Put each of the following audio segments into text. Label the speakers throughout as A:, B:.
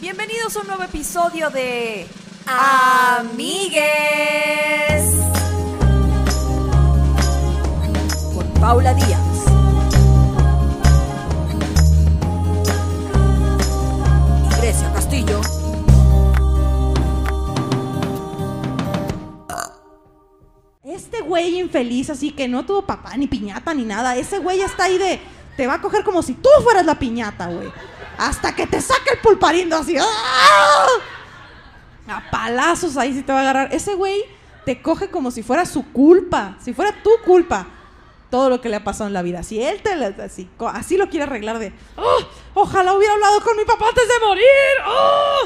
A: Bienvenidos a un nuevo episodio de Amigues con Paula Díaz. y Grecia Castillo.
B: Este güey infeliz, así que no tuvo papá ni piñata ni nada. Ese güey ya está ahí de. Te va a coger como si tú fueras la piñata, güey. Hasta que te saque el pulparindo así. ¡ah! A palazos ahí sí te va a agarrar. Ese güey te coge como si fuera su culpa. Si fuera tu culpa. Todo lo que le ha pasado en la vida. Si él te. la- Así, co- así lo quiere arreglar de. "Ah, Ojalá hubiera hablado con mi papá antes de morir. ¡Ah!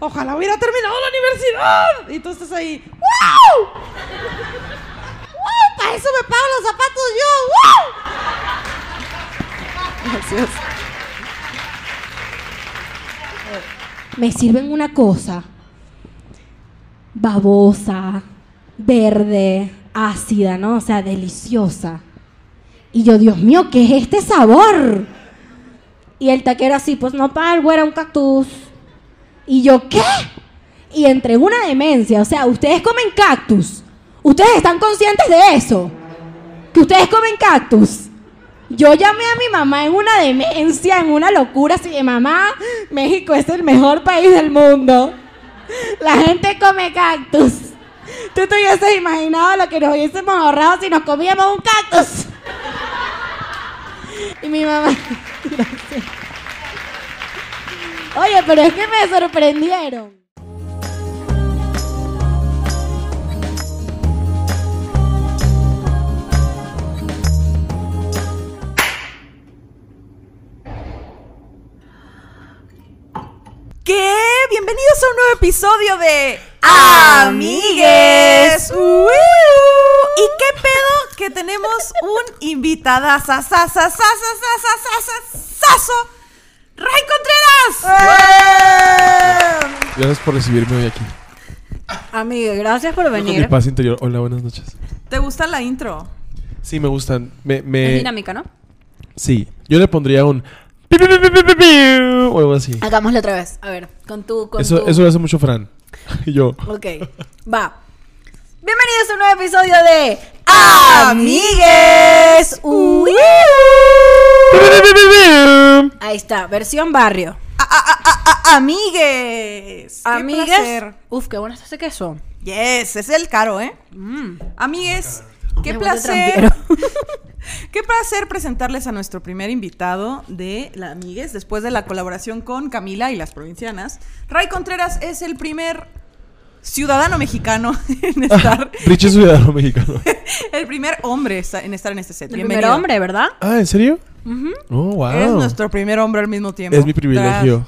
B: Ojalá hubiera terminado la universidad. Y tú estás ahí. ¡Wow! ¡Wow! ¡Para eso me pago los zapatos yo! ¡Wow! Gracias.
C: me sirven una cosa babosa, verde, ácida, ¿no? O sea, deliciosa. Y yo, Dios mío, ¿qué es este sabor? Y el taquero así, pues no algo era un cactus. Y yo, ¿qué? Y entre una demencia, o sea, ustedes comen cactus. Ustedes están conscientes de eso. Que ustedes comen cactus. Yo llamé a mi mamá en una demencia, en una locura, así de mamá, México es el mejor país del mundo. La gente come cactus. Tú te hubieses imaginado lo que nos hubiésemos ahorrado si nos comíamos un cactus. Y mi mamá. Gracias. Oye, pero es que me sorprendieron.
A: ¿Qué? Bienvenidos a un nuevo episodio de Amigues. ¡Uy! ¿Y qué pedo que tenemos un invitada Ray
D: ¡Eh!
A: Contreras.
E: Gracias por recibirme hoy aquí.
D: Amiga, gracias por
E: Con mi
D: venir.
E: paz interior. Hola, buenas noches.
A: ¿Te gusta la intro?
E: Sí, me gustan. Me, me-
D: Es dinámica, ¿no?
E: Sí. Yo le pondría un... pi, pi, pi, pi, pi, pi, O algo así.
D: Hagámoslo otra vez. A ver, con tu... Con
E: Eso,
D: tu-
E: eso lo hace mucho Fran. Y yo...
D: Ok, va. Bienvenidos a un nuevo episodio de...
A: Amigues.
D: Uy.
E: pi, pi, pi, pi, pi.
D: Ahí está, versión barrio.
A: amigues. Qué
D: Amigas...
A: placer.
D: Uf, qué bueno está ese queso.
A: Yes, es el caro, ¿eh?
D: Mm.
A: Amigues, qué
D: Me huele
A: placer.
D: trampero.
A: Qué placer presentarles a nuestro primer invitado de la Amigues después de la colaboración con Camila y las provincianas. Ray Contreras es el primer ciudadano mexicano en estar,
E: Rich es ciudadano mexicano.
A: el primer hombre esta- en estar en este set.
D: El
A: Bienvenido.
D: primer hombre, ¿verdad?
E: Ah, ¿en serio? Oh, wow.
A: Eres nuestro primer hombre al mismo tiempo.
E: Es mi privilegio.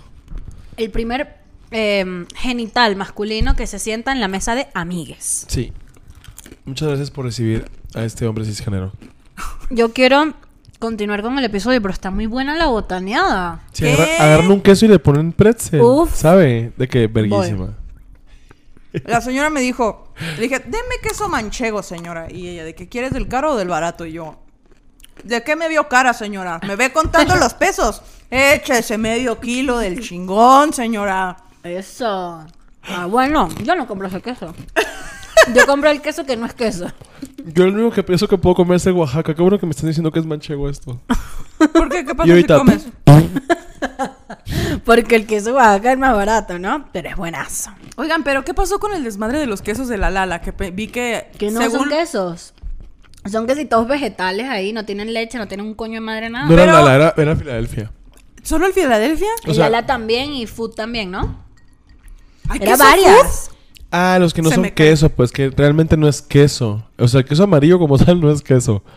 D: El primer eh, genital masculino que se sienta en la mesa de amigues.
E: Sí. Muchas gracias por recibir a este hombre cisgénero.
D: Yo quiero continuar con el episodio, pero está muy buena la botaneada.
E: Sí,
A: ¿Qué?
E: agarra- agarran un queso y le ponen pretzel.
D: Uf.
E: ¿Sabe? De que verguísima.
A: Tras- La señora me dijo, le dije, deme queso manchego, señora. Y ella, ¿de qué quieres del caro o del barato? Y yo, ¿de qué me vio cara, señora? Me ve contando los pesos. Échese medio kilo del chingón, señora.
D: Eso. Ah, bueno, yo no compro ese queso. Yo compro el queso que no es queso.
E: Yo lo único que pienso que puedo comer es el Oaxaca. Qué bueno que me están diciendo que es manchego esto.
A: ¿Por qué? ¿Qué pasa
E: Y ahorita-
A: si comes?
D: Porque el queso Oaxaca es más barato, ¿no? Pero es buenazo.
A: Oigan, pero ¿qué pasó con el desmadre de los quesos de la Lala? Que pe- vi que,
D: Que no son quesos. Son quesitos vegetales ahí, no tienen leche, no tienen un coño de madre nada.
E: No era
A: Ah. Pero-
E: Lala, era, era Filadelfia.
A: ¿Solo el Filadelfia?
E: o
D: y
E: sea-
D: Lala también y Food también, ¿no?
A: Ay,
D: Era
A: ¿queso
D: varias.
E: Ah, los que no
A: Se
E: son
A: me cae.
E: queso, pues que realmente no es queso. O sea, el queso amarillo como tal no es queso.
A: food?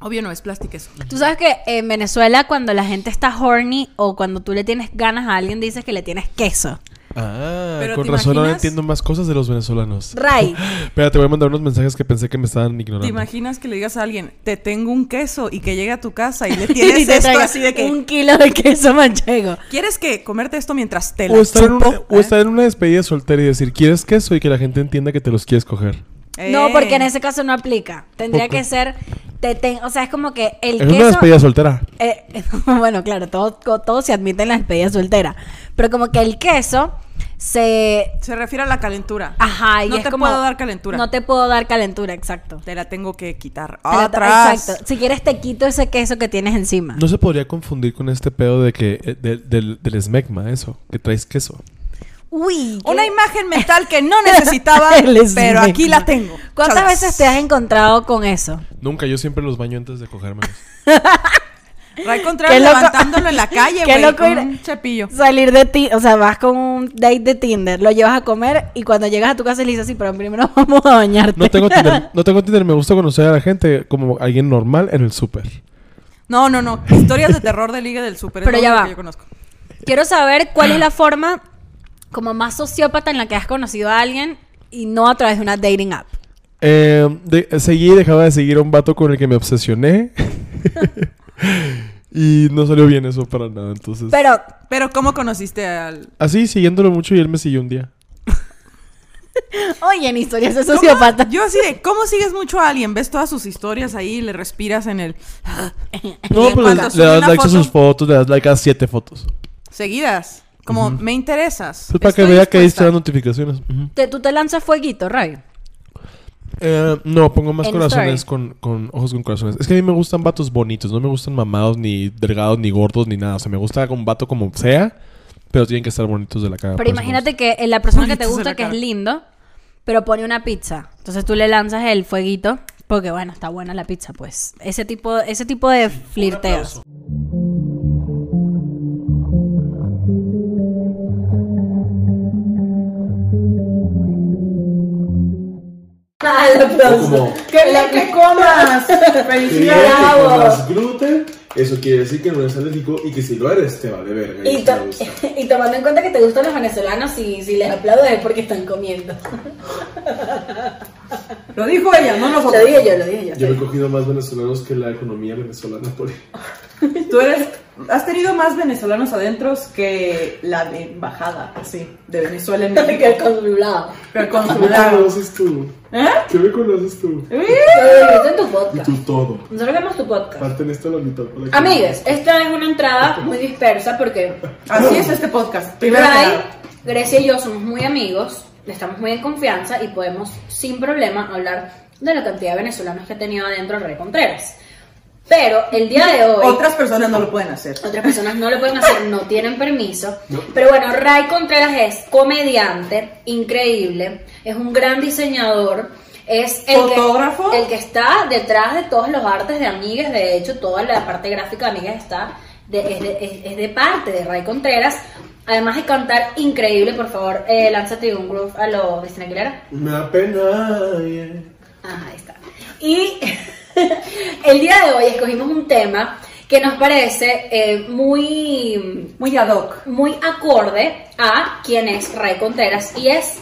A: Obvio no, es plastiqueso.
D: Tú sabes que en Venezuela cuando la gente está horny o cuando tú le tienes ganas a alguien dices que le tienes queso.
E: Ah,
A: Pero
E: con
A: ¿te
E: razón ahora
A: imaginas?
E: entiendo más cosas de los venezolanos.
D: Ray.
E: Espera, te voy a mandar unos mensajes que pensé que me estaban ignorando.
A: ¿Te imaginas que le digas a alguien, te tengo un queso y que llegue a tu casa y le tienes
D: Y te
A: esto
D: traiga
A: así de que...
D: Un kilo de queso manchego.
A: ¿Quieres que comerte esto mientras te
E: O
A: lo
E: estar, en
A: chupo?
E: una, o estar en una despedida soltera y decir, ¿quieres queso? Y que la gente entienda que te los quieres coger.
D: No,
A: Eh.
D: porque en ese caso no aplica. Tendría
E: ¿Por qué?
D: que ser. te- te- o sea, es como que el
E: Es
D: queso.
E: una despedida soltera.
D: Eh, bueno, claro, todo, todo se admite en la despedida soltera. Pero como que el queso se.
A: Se refiere a la calentura.
D: Ajá, y
A: No
D: es
A: te
D: como-
A: puedo dar calentura.
D: No te puedo dar calentura, exacto.
A: Te la tengo que quitar.
D: Te la-
A: Ah, Atrás.
D: Exacto. Si quieres, te quito ese queso que tienes encima.
E: No se podría confundir con este pedo de que eh, de- del, del esmegma, eso, que traes queso.
D: Uy.
A: Una
D: qué-
A: imagen mental que no necesitaba,
D: El
A: pero aquí
D: esmegma.
A: la tengo.
D: ¿Cuántas
A: Chalas.
D: veces te has encontrado con eso?
E: Nunca, yo siempre los baño antes de cogérmelos.
A: Ray Contreras
D: Qué loco.
A: levantándolo en la calle,
D: Qué
A: güey.
D: loco
A: con
D: ir-
A: un cepillo.
D: Salir de ti, o sea, vas con un date de Tinder, lo llevas a comer y cuando llegas a tu casa le dices, sí, pero primero vamos a bañarte.
E: No tengo Tinder, no tengo Tinder, me gusta conocer a la gente como alguien normal en el súper.
A: No, no, no. Historias de terror de Liga del Super. es
D: Pero
A: lo
D: ya
A: único
D: va.
A: que yo conozco.
D: Quiero saber cuál es la forma como más sociópata en la que has conocido a alguien y no a través de una dating app.
E: Eh, de- seguí, dejaba de seguir a un vato con el que me obsesioné. y no salió bien eso para nada, entonces.
D: Pero,
A: Pero ¿cómo conociste al...?
E: Así, siguiéndolo mucho y él me siguió un día.
D: oye, en historias de
A: ¿Cómo?
D: sociópata.
A: Yo así de, ¿cómo sigues mucho a alguien? Ves todas sus historias ahí y le respiras en el...
E: No, pero le,
A: cuando
E: le
A: sube
E: das
A: una
E: like a
A: foto-
E: sus fotos, le das like a siete fotos.
A: Seguidas. Como, me interesas.
E: Pues para que
A: estoy
E: vea que ahí
A: dispuesta".
E: están las notificaciones. Ujú.
D: Te- tú te lanzas fueguito, Ray.
E: Eh, no, pongo más
D: En
E: corazones
D: story.
E: con, con ojos con corazones. Es que a mí me gustan vatos bonitos, no me gustan mamados, ni delgados, ni gordos, ni nada. O sea, me gusta un vato como sea, pero tienen que estar bonitos de la
F: Ah,
E: cara.
F: pues,
D: Pero
E: por eso me
D: imagínate que eh, la persona que te
A: Bonitos en
D: gusta,
A: la
D: que es
A: cara.
D: lindo, pero pone una pizza. Entonces tú le lanzas el fueguito, porque bueno, está buena la pizza, pues. Ese tipo, ese tipo de flirteos.
F: más gluten, eso quiere decir que no eres alérgico y que si lo eres te vale verga. Y, te gusta.
D: tomando en cuenta que te gustan los venezolanos, y si les aplaudo es porque están comiendo.
A: Lo dijo ella, no nosotros.
D: dije yo, lo dije
F: Yo me he cogido más venezolanos que la economía venezolana por
A: Tú eres... Has tenido más venezolanos adentro que la de embajada, así, de Venezuela en México.
D: el consulado.
A: que el
F: ¿Qué me
A: consulado.
F: conoces tú?
A: ¿Eh?
F: ¿Qué me conoces tú?
D: Esto es tu
F: Y
D: podcast.
F: tú todo.
D: Nosotros vemos tu podcast.
F: Parten esto a la mitad para que-
D: Amigues, esta es una entrada muy dispersa porque
A: Así es este podcast. Primero que
D: Ray,
A: nada.
D: Grecia y yo somos muy amigos, estamos muy en confianza y podemos sin problema hablar de la cantidad de venezolanos que ha tenido adentro Ray Contreras. Pero el día de hoy,
A: Otras personas no lo pueden hacer.
D: otras personas no lo pueden hacer, no tienen permiso. Pero bueno, Ray Contreras es comediante, increíble, es un gran diseñador. Es el que-
A: ¿Fotógrafo?
D: el que está detrás de todos los artes de Amigues, de hecho, toda la parte gráfica de Amigues está de- es, de, es- es de parte de Ray Contreras. Además de cantar increíble, por favor, eh, lánzate un groove a los Cristina Aguilera.
F: Me da pena. eh. yeah.
D: Ah, ahí está. Y el día de hoy escogimos un tema que nos parece eh, muy,
A: Muy ad hoc.
D: muy acorde a quién es Ray Contreras y es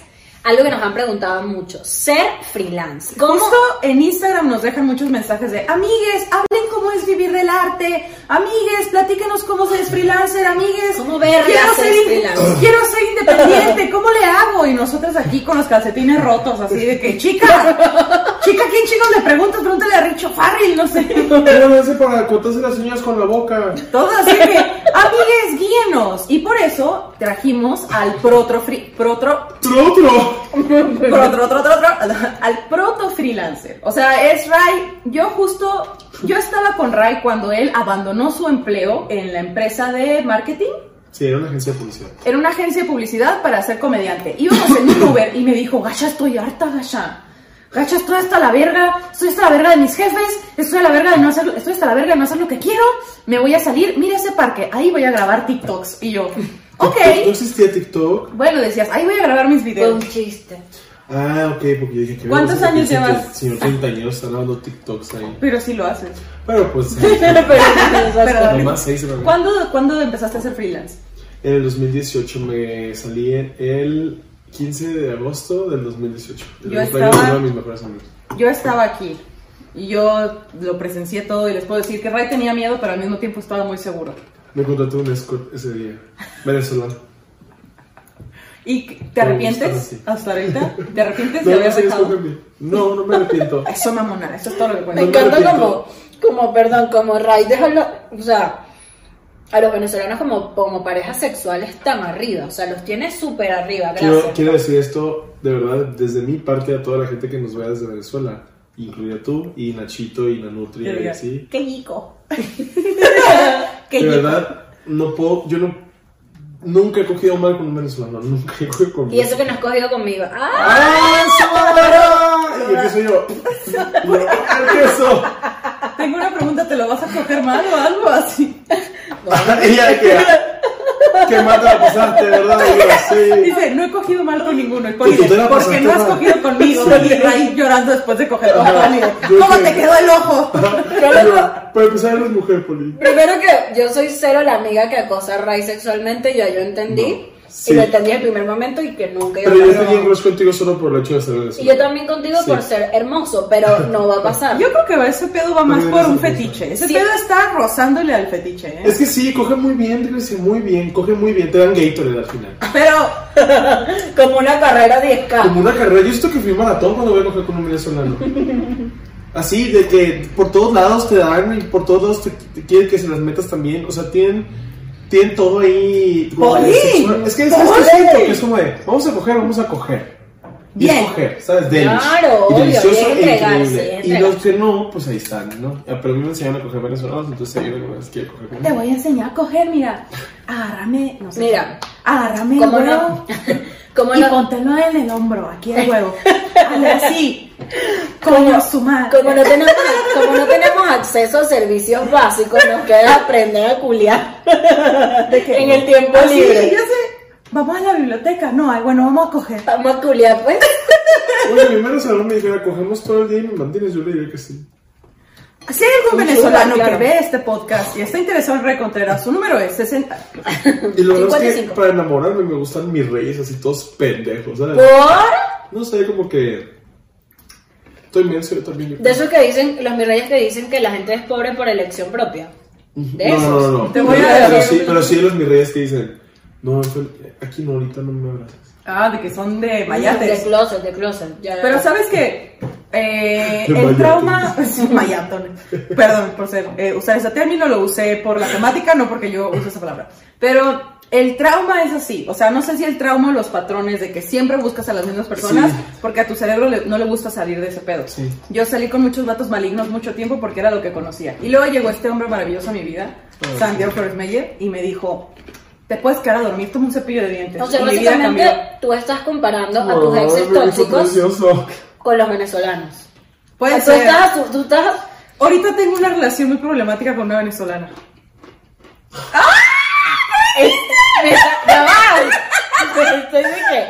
D: algo que nos han preguntado mucho, ser freelance. ¿Cómo?
A: Justo en Instagram nos dejan muchos mensajes de amigues, hablen cómo es vivir del arte, amigues, platíquenos cómo se es freelancer, amigues,
D: ¿Cómo verga
A: quiero
D: ser
A: ser, in-
D: freelancer?
A: quiero ser independiente, ¿cómo le hago? Y nosotras aquí con los calcetines rotos, así de que, chica, chica, ¿a ¿quién chicos le preguntas? Pregúntale a Richo Farrell, no sé.
F: Pero no hace para cortarse las uñas con la boca.
A: Todo así que, amigues, guíenos. Y por eso trajimos al protro, fri- protro,
F: ¡Trotro!
A: Protro, otro, otro, otro, al proto freelancer. O sea, es Ray. Yo justo, yo estaba con Ray cuando él abandonó su empleo en la empresa de marketing.
F: Sí, era una agencia de publicidad.
A: Era una agencia de publicidad para ser comediante. Íbamos en un Uber y me dijo, gacha, estoy harta, gacha. Gacha, estoy hasta la verga, estoy hasta la verga de mis jefes, estoy a la verga de no hacer, estoy hasta la verga de no hacer lo que quiero, me voy a salir, mira ese parque, ahí voy a grabar TikToks. Y yo, ok.
F: ¿No existía TikTok?
A: Bueno, decías, ahí voy a grabar mis
D: Fue
A: videos.
D: un chiste.
F: Ah, ok, porque yo dije que...
A: ¿Cuántos años llevas?
F: Señor treintañero está grabando TikToks ahí.
A: Pero sí lo haces.
F: Pero pues...
A: Pero-
F: Nomás seis eran.
A: ¿Cuándo, cuándo empezaste a hacer freelance?
F: En el 2018 me salí el 15 de agosto del 2018. El
A: Yo
F: cumpleaños
A: estaba-
F: de uno de mis mejores amigos.
A: Yo estaba aquí y yo lo presencié todo y les puedo decir que Ray tenía miedo, pero al mismo tiempo estaba muy seguro.
F: Me contrató un escort ese día. Venezolano.
A: ¿Y te arrepientes hasta ahorita? ¿Te arrepientes
E: No,
A: de
E: no,
A: haber
E: sí,
A: dejado?
E: discúlpenme. no, no me arrepiento.
A: Eso mamona, eso es todo lo que
D: Me
A: cuento.
D: encanta
E: repito.
D: como, como, perdón, como Ray deja lo- o sea, a los venezolanos como, como parejas sexuales tan arriba, o sea, los tiene súper arriba,
E: Quiero,
D: gracias.
E: quiero decir esto de verdad desde mi parte a toda la gente que nos vea desde Venezuela, incluida tú y Nachito y Nanutria y
A: Verga.
E: así.
D: Qué chico.
A: Que
E: De verdad, no puedo, yo no, nunca he cogido mal con un venezolano, nunca he cogido con
D: Y eso que no has cogido conmigo. ¡Ah!
E: ¡Ah, eso, Bárbara! Y empiezo yo. Y yo, "Ah, ¿qué es eso?
A: Tengo una pregunta, ¿te lo vas a coger mal o algo así?
E: Ella de que. Qué mal te la pasaste, ¿verdad? Y yo, sí.
A: Dice, no he cogido mal con ninguno. El
E: Pues tú
A: cólico,
E: te la
A: porque
E: pasaste
A: no has
E: mal".
A: cogido conmigo.
E: Sí.
A: Y Ray llorando después de coger con
E: Ajá.
A: Cólico.
E: Yo
B: ¿Cómo
E: sé.
B: te quedó el ojo?
E: Y yo, Para empezar, eres mujer, Poli.
D: Primero que yo soy cero la amiga que acosa a Ray sexualmente, ya yo entendí.
E: No. Sí.
D: Y lo entendí en el primer momento y que nunca iba a
E: Pero yo
D: pasar.
E: tenía un rush contigo solo por el hecho de ser venezolano.
D: Y yo también contigo
E: Sí.
D: por ser hermoso, pero no va a pasar.
A: Yo creo que ese pedo va más
E: Pero
A: por
E: eso
A: un
E: es cosa.
A: fetiche. Ese
D: Sí.
A: pedo está rozándole al fetiche, ¿eh?
E: Es que sí, coge muy bien, te crecí muy bien, coge muy bien, te dan Gatorade al final.
A: Pero
D: Como una carrera 10K.
E: Como una carrera, yo esto que fui maratón cuando voy a coger con un venezolano. Así, de que por todos lados te dan y por todos lados te, te quieren que se las metas también. O sea, tienen, tienen todo ahí. como
A: ¡Poli!
E: sexual. Es que es, es que
A: ¡Poli!
E: siento que es como de, vamos a coger, vamos a coger. Y
A: Bien.
E: es coger, ¿sabes? Delish.
D: Claro,
E: Y
D: obvio,
E: delicioso
D: bien
E: e
D: entregarse,
E: increíble. Y
D: bien
E: los que no, pues ahí están, ¿no? Pero a mí me enseñaron a coger venezolanos, entonces yo alguna vez quiero coger con
A: te voy a enseñar a coger, mira. Agárrame, no sé.
D: Mira.
A: Agárrame el
D: Como
A: huevo.
D: no. Como
A: Y
D: no.
A: póntelo en el hombro, aquí el huevo. Hazle así. Como su madre.
D: Como no, tenemos, como no tenemos acceso a servicios básicos, nos queda aprender a culiar en el tiempo
A: Así,
D: libre.
A: Ah, ya sé. Vamos a la biblioteca. No, ay, bueno, vamos a coger.
D: Vamos a culiar, pues.
E: Bueno, mi venezolano me dijera, cogemos todo el día y me mantienes, yo le diré que sí.
A: Si hay algún
D: Sí,
A: venezolano
D: claro.
A: que ve este podcast y está interesado en Ray Contreras, su número es 60.
E: Y lo bueno es que
D: 55.
E: para enamorarme me gustan mis reyes así todos pendejos, ¿sabes?
D: ¿Por?
E: No sé, como que... Estoy menso yo también. yo
D: De
E: creo.
D: esos que dicen, los mirreyes que dicen que la gente es pobre por elección propia. De
E: no,
D: esos.
E: no, no, no.
A: Te voy a
E: pero,
D: decir-
E: sí, pero sí de los mis reyes que dicen, no, Ángel, aquí no, ahorita no me abrazas.
A: Ah, de que son de
D: De
A: mayates.
D: closet, de closet. Ya,
A: Pero sabes que eh,
E: De
A: el
E: mayatón.
A: trauma es mayatón. Perdón por ser, eh, usar ese término, lo usé por la temática, no porque yo uso esa palabra. Pero el trauma es así, o sea, no sé si el trauma o los patrones de que siempre buscas a las mismas personas
E: Sí.
A: porque a tu cerebro le- no le gusta salir de ese pedo.
E: Sí.
A: Yo salí con muchos vatos malignos mucho tiempo porque era lo que conocía. Y luego llegó este hombre maravilloso a mi vida,
E: Ah,
A: Santiago Flores Meyer, y me dijo, te puedes quedar a dormir, toma un cepillo de dientes.
D: O sea,
A: y mi vida cambió.
D: básicamente tú estás comparando a tus
E: Ay,
D: exes
E: mi hijo
D: tóxicos
E: precioso.
D: con los venezolanos.
A: Puede
D: O sea, Pues tú
A: ser.
D: estás- tú- tú estás
A: Ahorita tengo una relación muy problemática con una venezolana.
D: Me está- ya va. Estoy de que-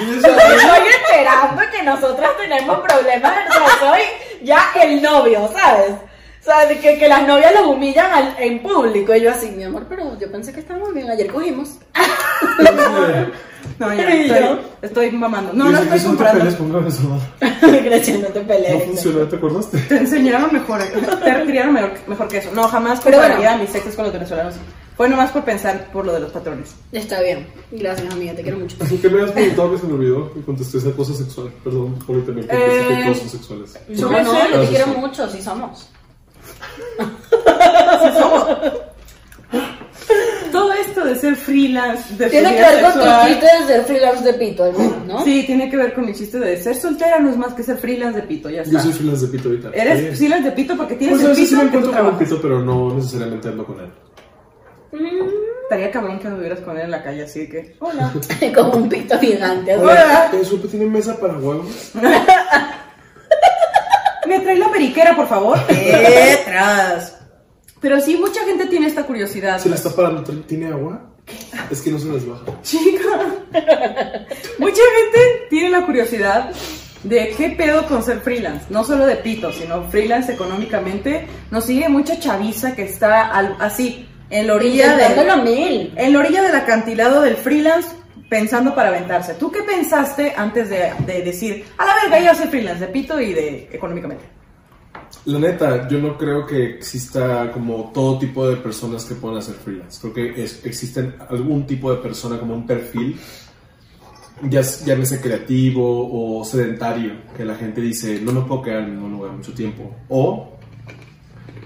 E: Y yo decía,
D: Estoy esperando que nosotras tenemos problemas. O sea, soy ya el novio, ¿sabes? O sea, de que, que las novias los humillan al- en público. Y yo así, mi amor, pero yo pensé que estábamos bien. Ayer cogimos.
A: No, ya,
D: ¿Y
A: estoy,
D: yo?
A: estoy mamando. No,
E: No,
A: no estoy
E: son papeles,
A: comprando.
E: póngame eso. No
D: Gretchen, no te pelees.
E: funcionó, ¿te acordaste?
A: Te enseñaron mejor. Te criaron mejor, mejor que eso. No, jamás
D: Pero bueno.
A: compararía a mis sexos con los venezolanos. Fue nomás por pensar por lo de los patrones.
D: Está bien. Gracias, amiga. Te quiero mucho.
E: Así que me habías preguntado que se me olvidó y contesté ese acoso sexual. Perdón, Poli, también contesté
A: Eh,
E: acosos sexuales.
D: No,
A: Yo
D: no,
A: sé,
D: yo te
E: gracias.
D: quiero mucho. Sí somos.
A: Todo esto de ser freelance, de
D: Tiene
A: su
D: que
A: vida
D: ver con tu
A: Pues sexual.
D: chiste de ser freelance de pito, al menos, ¿no?
A: Sí, tiene que ver con mi chiste de ser soltera no es más que ser freelance de pito, ya
E: Yo
A: está.
E: soy freelance de pito ahorita.
A: Eres
E: Sí.
A: freelance de pito porque tienes
E: Pues a
A: el
E: veces
A: pito
E: sí me
A: en que tú
E: encuentro con un
A: trabajas.
E: pito, pero no necesariamente ando con él.
A: Estaría cabrón que me hubieras con él en la calle, así que... Hola.
D: Como un pito gigante. así.
A: Hola.
E: Eh, ¿Supe tiene mesa para huevos?
A: ¿Me traes la periquera, por favor? ¡Letras! Pero sí, mucha gente tiene esta curiosidad.
E: ¿Se la está parando? ¿Tien- ¿Tiene agua? Es que no se las baja.
A: Chica. mucha gente tiene la curiosidad de qué pedo con ser freelance. No solo de pito, sino freelance económicamente. Nos sigue mucha chaviza que está al- así, en la orilla de...
D: Intentándolo mil.
A: En la orilla del acantilado del freelance pensando para aventarse. ¿Tú qué pensaste antes de, de decir, a la verga, yo soy freelance de pito y de económicamente?
E: La neta, yo no creo que exista como todo tipo de personas que puedan hacer freelance. Creo que es- existen algún tipo de persona como un perfil, ya s- llámese creativo o sedentario, que la gente dice, no me puedo quedar en el mismo lugar mucho tiempo. O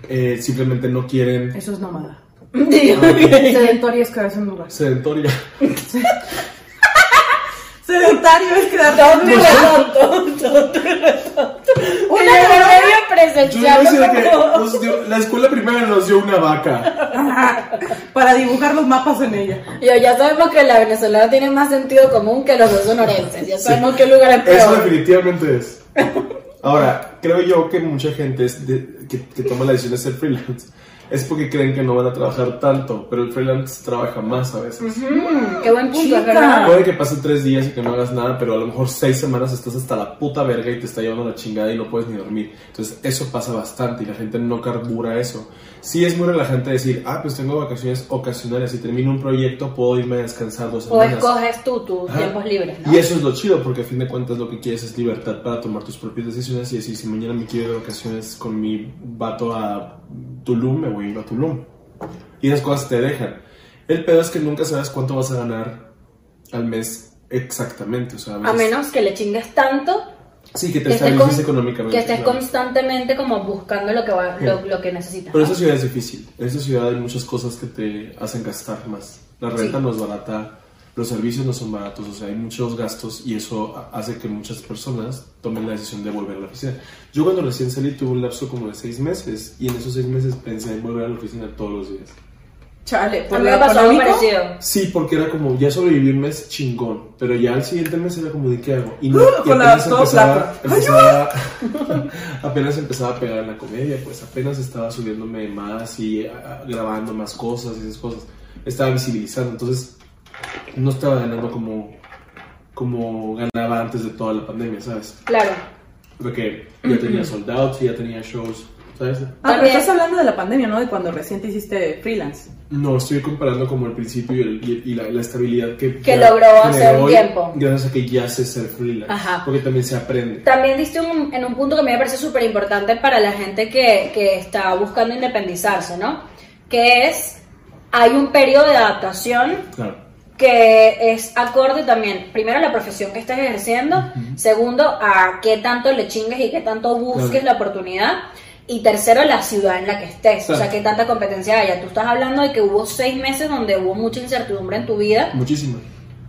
E: eh, simplemente no quieren
A: Eso es nómada.
D: Digo,
A: Sedentario es quedarse en un lugar.
E: sedentaria.
A: Sedentario es quedarse en un
D: Tonto,
A: lugar.
D: tonto, tonto, tonto. Una
A: Yo no-
D: memoria
E: Yo no sé de qué-
D: presencial.
E: nos dio- la escuela primaria nos dio una vaca.
A: Para dibujar los mapas en ella.
D: Yo ya sabemos que la venezolana tiene más sentido común que los dos sonorenses. Ya sabemos qué lugar es
E: Eso
D: peor.
E: definitivamente es. Ahora, creo yo que mucha gente es de- que, que toma la decisión de ser freelance es porque creen que no van a trabajar tanto, pero el freelance trabaja más a veces.
D: Mm, Qué buen punto, es
A: Chica.
D: verdad.
E: Puede que pasen tres días y que no hagas nada, pero a lo mejor seis semanas estás hasta la puta verga y te está llevando la chingada y no puedes ni dormir. Entonces, eso pasa bastante y la gente no carbura eso. Sí es muy relajante decir, ah, pues tengo vacaciones ocasionales y termino un proyecto, puedo irme a descansar dos
D: O
E: semanas.
D: escoges tú tus
E: Ajá.
D: tiempos libres, ¿no?
E: Y eso es lo chido, porque a fin de cuentas lo que quieres es libertad para tomar tus propias decisiones y decir, si mañana me quiero ir de vacaciones con mi vato a Tulum, me voy a ir a Tulum. Y esas cosas te dejan. El pedo es que nunca sabes cuánto vas a ganar al mes exactamente. O sea,
D: A
E: veces-
D: menos que le chingues tanto
E: Sí, que te
D: que estés, con-
E: estabilices económicamente.
D: que estés
E: claro. Mm.
D: constantemente como buscando lo que, va- lo, lo que necesitas.
E: Pero
D: ¿no?
E: esta ciudad es difícil. En esta ciudad hay muchas cosas que te hacen gastar más. La renta
D: Sí.
E: no es barata, los servicios no son baratos, o sea, hay muchos gastos y eso ha- hace que muchas personas tomen la decisión de volver a la oficina. Yo cuando recién salí tuve un lapso como de seis meses y en esos seis meses pensé en volver a la oficina todos los días.
A: Chale,
D: A
A: por
D: mí
A: lo
D: me pasó algo
A: económico.
D: parecido.
E: Sí, porque era como, ya sobreviví un mes chingón, pero ya al siguiente mes era como, ¿de qué hago? Y, no,
A: Uh,
E: y
A: con la-
E: apenas
A: todo
E: empezaba,
A: flaco.
E: empezaba- apenas empezaba a pegar en la comedia, pues apenas estaba subiéndome más y ah, grabando más cosas y esas cosas. Estaba visibilizando, entonces no estaba ganando como, como ganaba antes de toda la pandemia, ¿sabes?
D: Claro.
E: Porque ya tenía soldados, ya tenía shows, ¿sabes?
A: Ah, pero
D: También.
A: estás hablando de la pandemia, ¿no? De cuando recién te hiciste freelance.
E: No, estoy comparando como el principio y, el- y- y la, la estabilidad que,
D: Que
E: ya
D: logró hace
E: generó
D: un
E: y-
D: tiempo.
E: Gracias a que ya sé ser freelance.
D: Ajá.
E: Porque también se aprende.
D: También diste un- en un punto que a mí me parece súper importante para la gente que, que está buscando independizarse, ¿no? Que es, hay un periodo de adaptación
E: Claro.
D: que es acorde también, primero a la profesión que estés ejerciendo, segundo a qué tanto le chingues y qué tanto busques
E: Claro.
D: la oportunidad, y tercero la ciudad en la que estés, o sea,
E: Claro.
D: qué tanta competencia haya. Tú estás hablando de que hubo seis meses donde hubo mucha incertidumbre en tu vida,
E: Muchísimo.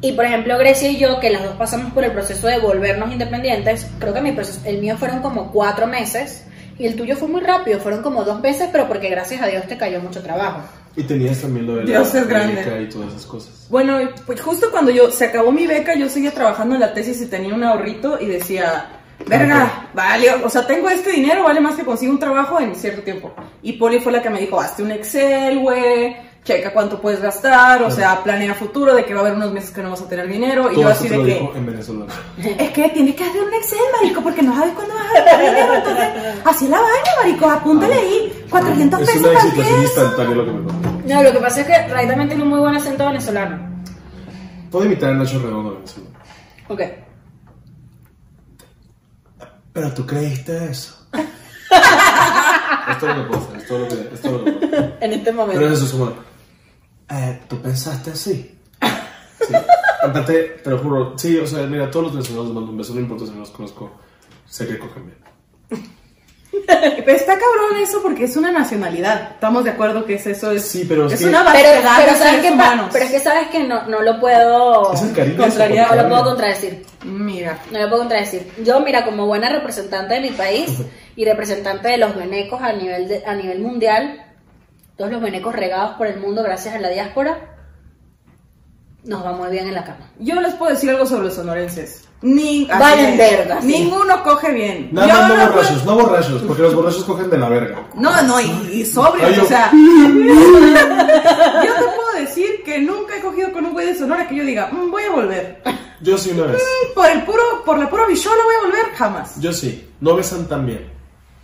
D: y por ejemplo Grecia y yo, que las dos pasamos por el proceso de volvernos independientes, creo que mi proceso, el mío fueron como cuatro meses, y el tuyo fue muy rápido, fueron como dos meses, pero porque gracias a Dios te cayó mucho trabajo.
E: Y tenías también lo de
A: Dios
E: la
A: es grande.
E: beca y todas esas cosas.
A: Bueno, y pues justo cuando yo se acabó mi beca, yo seguía trabajando en la tesis y tenía un ahorrito y decía, verga, vale, o sea, tengo este dinero, vale más que consigo un trabajo en cierto tiempo. Y Poli fue la que me dijo, hazte un Excel, güey, checa cuánto puedes gastar, o sea, planea futuro de que va a haber unos meses que no vas a tener dinero. Y
E: Todo
A: yo
E: eso
A: así
E: te
A: de
E: lo
A: que...
E: dijo en venezolano.
A: Es que tienes que hacer un Excel, marico, porque no sabes cuándo vas a gastar dinero. Entonces, así la vaina, marico, apúntale ahí 400
E: Ah. Es
A: pesos
E: una
A: para eso.
E: excitación instantánea lo que me contó.
D: No, lo que pasa es que Ray también tiene un muy buen acento venezolano.
E: Puedo imitar a Nacho Redondo venezolano.
D: Ok.
E: Pero tú creíste eso. es todo lo que puedo hacer, es todo lo que, es todo lo que puedo.
D: En este momento.
E: Pero eso es como. eh, ¿Tú pensaste así? Sí. Aparte, te lo juro. Sí, o sea, mira, todos los venezolanos les mando un beso, no importa si no los conozco. Sé que cogen bien.
A: Pero está cabrón eso porque es una nacionalidad. Estamos de acuerdo que es eso. Es,
E: Sí, pero es
A: es
E: que-
A: una
D: Pero,
A: variedad
D: pero
A: de
D: sabes
A: seres
D: que
A: humanos.
D: pero es que sabes que no, no lo puedo
E: Es el cariño,
D: contrariar,
E: es
D: no
E: el
D: lo puedo
E: contrario.
D: contradecir.
A: Mira.
D: No lo puedo contradecir. Yo, mira, como buena representante de mi país y representante de los venecos a nivel de- a nivel mundial, todos los venecos regados por el mundo gracias a la diáspora, nos va muy bien en la cama.
A: Yo les puedo decir algo sobre los sonorenses. Ni, así
D: Valen
A: es.
D: verga, sí.
A: Ninguno coge bien.
E: Nada
A: Yo
E: más no
A: no puedo-
E: borrachos, no borrachos, porque los borrachos cogen de la verga.
A: No, no, y, y sobrios,
E: Ay, yo-
A: o sea. yo te puedo decir que nunca he cogido con un güey de Sonora que yo diga, "Mm, voy a volver.
E: Yo sí una vez.
A: Por el puro, por la pura bichola voy a volver jamás.
E: Yo sí. No besan tan bien.